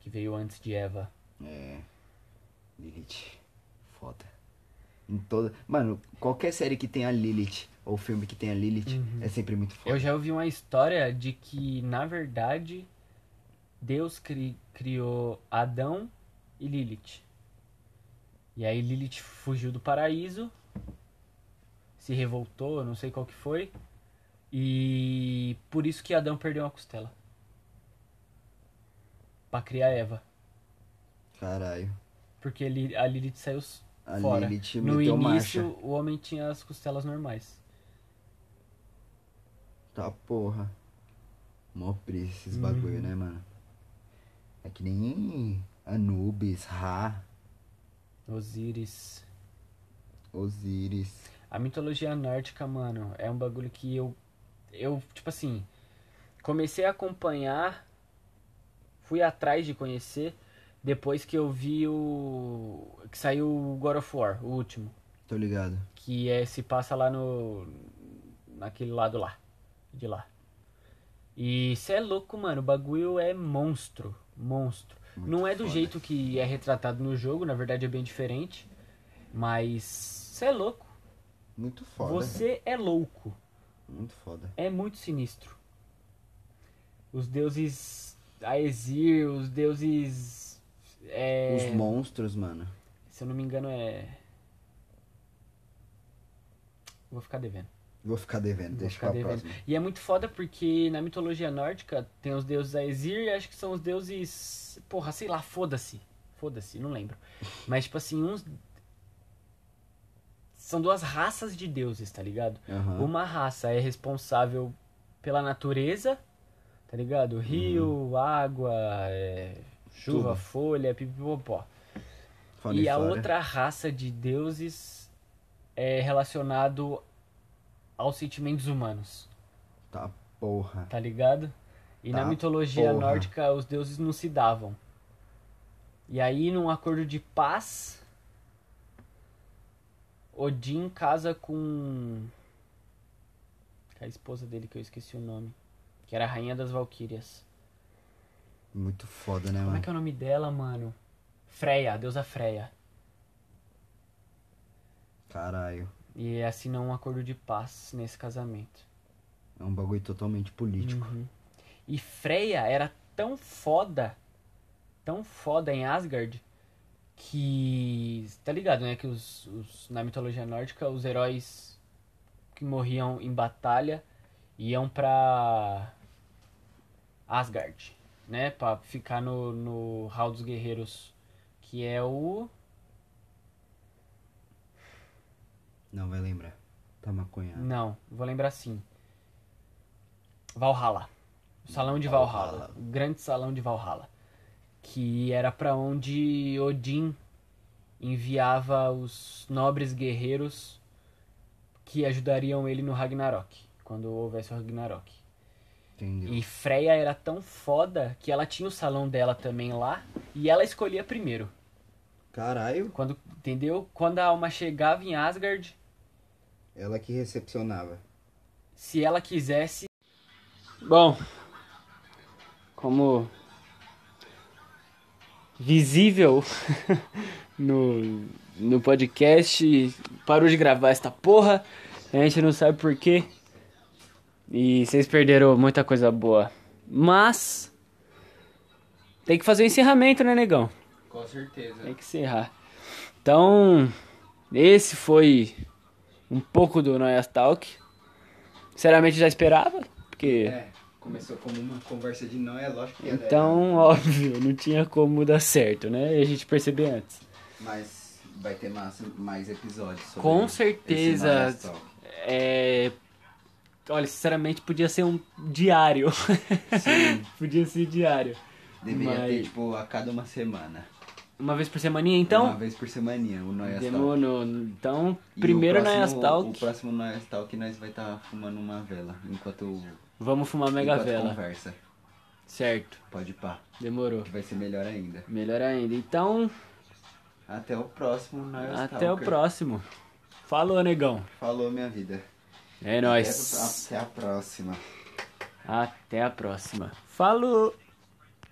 Speaker 1: Que veio antes de Eva.
Speaker 2: É. Lilith. Foda. Em toda. Mano, qualquer série que tem a Lilith ou filme que tem a Lilith
Speaker 1: Uhum.
Speaker 2: é sempre muito foda.
Speaker 1: Eu já ouvi uma história de que, na verdade, Deus cri- criou Adão e Lilith. E aí Lilith fugiu do paraíso, se revoltou, eu não sei qual que foi. E por isso que Adão perdeu uma costela. Pra criar Eva.
Speaker 2: Caralho.
Speaker 1: Porque li- a Lilith saiu s-
Speaker 2: A
Speaker 1: fora.
Speaker 2: Lilith
Speaker 1: no
Speaker 2: meteu
Speaker 1: início,
Speaker 2: marcha.
Speaker 1: o homem tinha as costelas normais.
Speaker 2: Tá porra. Mó preço
Speaker 1: Uhum.
Speaker 2: esses bagulho, né, mano? É que nem Anubis, Ra,
Speaker 1: Osíris.
Speaker 2: Osíris.
Speaker 1: A mitologia nórdica, mano, é um bagulho que eu. Eu, tipo assim. Comecei a acompanhar. Fui atrás de conhecer. Depois que eu vi o. Que saiu o God of War, o último.
Speaker 2: Tô ligado.
Speaker 1: Que é, se passa lá no. Naquele lado lá. De lá. E cê é louco, mano. O bagulho é monstro. Monstro.
Speaker 2: Muito
Speaker 1: Não é do
Speaker 2: foda.
Speaker 1: jeito que é retratado no jogo, na verdade é bem diferente. Mas. cê é louco.
Speaker 2: Muito foda.
Speaker 1: Você é louco.
Speaker 2: Muito foda.
Speaker 1: É muito sinistro. Os deuses Aesir, os deuses. É,
Speaker 2: Os monstros, mano.
Speaker 1: se eu não me engano, é. Vou ficar devendo.
Speaker 2: Vou ficar devendo,
Speaker 1: Vou
Speaker 2: deixa
Speaker 1: ficar
Speaker 2: pra
Speaker 1: devendo.
Speaker 2: próxima.
Speaker 1: E é muito foda porque na mitologia nórdica tem os deuses Aesir e acho que são os deuses. Porra, sei lá, foda-se. Foda-se, não lembro. Mas, tipo assim, uns. São duas raças de deuses, tá ligado?
Speaker 2: Aham.
Speaker 1: Uma raça é responsável pela natureza, tá ligado? Rio, água, é, chuva,
Speaker 2: Tudo.
Speaker 1: folha, pipipopó.
Speaker 2: Fauna
Speaker 1: E a
Speaker 2: flora.
Speaker 1: outra raça de deuses é relacionado aos sentimentos humanos,
Speaker 2: Tá porra.
Speaker 1: tá ligado? E na
Speaker 2: Tá,
Speaker 1: mitologia
Speaker 2: porra.
Speaker 1: nórdica os deuses não se davam. E aí, num acordo de paz, Odin casa com com a esposa dele que eu esqueci o nome, que era a rainha das valquírias.
Speaker 2: Muito foda, né,
Speaker 1: Como é
Speaker 2: mano?
Speaker 1: que é o nome dela, mano? Freya, a deusa Freya.
Speaker 2: Caralho.
Speaker 1: E assinou um acordo de paz nesse casamento.
Speaker 2: É um bagulho totalmente político.
Speaker 1: Uhum. E Freya era tão foda, tão foda em Asgard, que. Tá ligado, né? Que os, os- na mitologia nórdica, os heróis que morriam em batalha iam pra. Asgard, né? Pra ficar no, no Hall dos Guerreiros, que é o. Hum.
Speaker 2: Não vai lembrar. Tá maconhado.
Speaker 1: Não, vou lembrar sim. Valhalla. O salão de Valhalla.
Speaker 2: Valhalla.
Speaker 1: O grande salão de Valhalla. Que era pra onde Odin enviava os nobres guerreiros que ajudariam ele no Ragnarok. Quando houvesse o Ragnarok.
Speaker 5: Entendeu?
Speaker 1: E Freya era tão foda que ela tinha o salão dela também lá e ela escolhia primeiro.
Speaker 5: Caralho,
Speaker 1: Quando, entendeu? Quando a alma chegava em Asgard,
Speaker 5: ela que recepcionava.
Speaker 1: se ela quisesse. Bom, como visível no, no podcast, parou de gravar esta porra, a gente não sabe porquê. E vocês perderam muita coisa boa. Mas. Tem que fazer o encerramento, né, negão?
Speaker 2: Com certeza.
Speaker 1: Tem que encerrar. Então, esse foi um pouco do Noyas Talk. Sinceramente, já esperava, porque.
Speaker 2: É, começou como uma conversa de não, é lógico que ia dar
Speaker 1: Então, óbvio, não tinha como dar certo, né? E a gente perceber antes.
Speaker 2: errado. Mas vai ter mais, mais episódios sobre
Speaker 1: Com
Speaker 2: esse
Speaker 1: certeza.
Speaker 2: Noia Talk.
Speaker 1: É. Olha, sinceramente, podia ser um diário.
Speaker 2: Sim,
Speaker 1: podia ser diário.
Speaker 2: deveria
Speaker 1: Mas-
Speaker 2: ter, tipo, a cada uma semana.
Speaker 1: Uma vez por semaninha, então?
Speaker 2: Uma vez por semaninha, o Noia Talk.
Speaker 1: Demorou. Então,
Speaker 2: E o
Speaker 1: primeiro
Speaker 2: próximo-
Speaker 1: Noyas Talk,
Speaker 2: O próximo Noia Talk nós vai estar fumando uma vela, enquanto,
Speaker 1: vamos fumar mega
Speaker 2: enquanto
Speaker 1: vela.
Speaker 2: conversa.
Speaker 1: Certo,
Speaker 2: Pode pá,
Speaker 1: demorou.
Speaker 2: que vai ser melhor ainda.
Speaker 1: Melhor ainda. Então,
Speaker 2: Até o próximo Noia
Speaker 1: Até o próximo. Falou, negão.
Speaker 2: Falou, minha vida.
Speaker 1: É
Speaker 2: Até-
Speaker 1: nóis.
Speaker 2: Até a próxima.
Speaker 1: Até a próxima. Falou.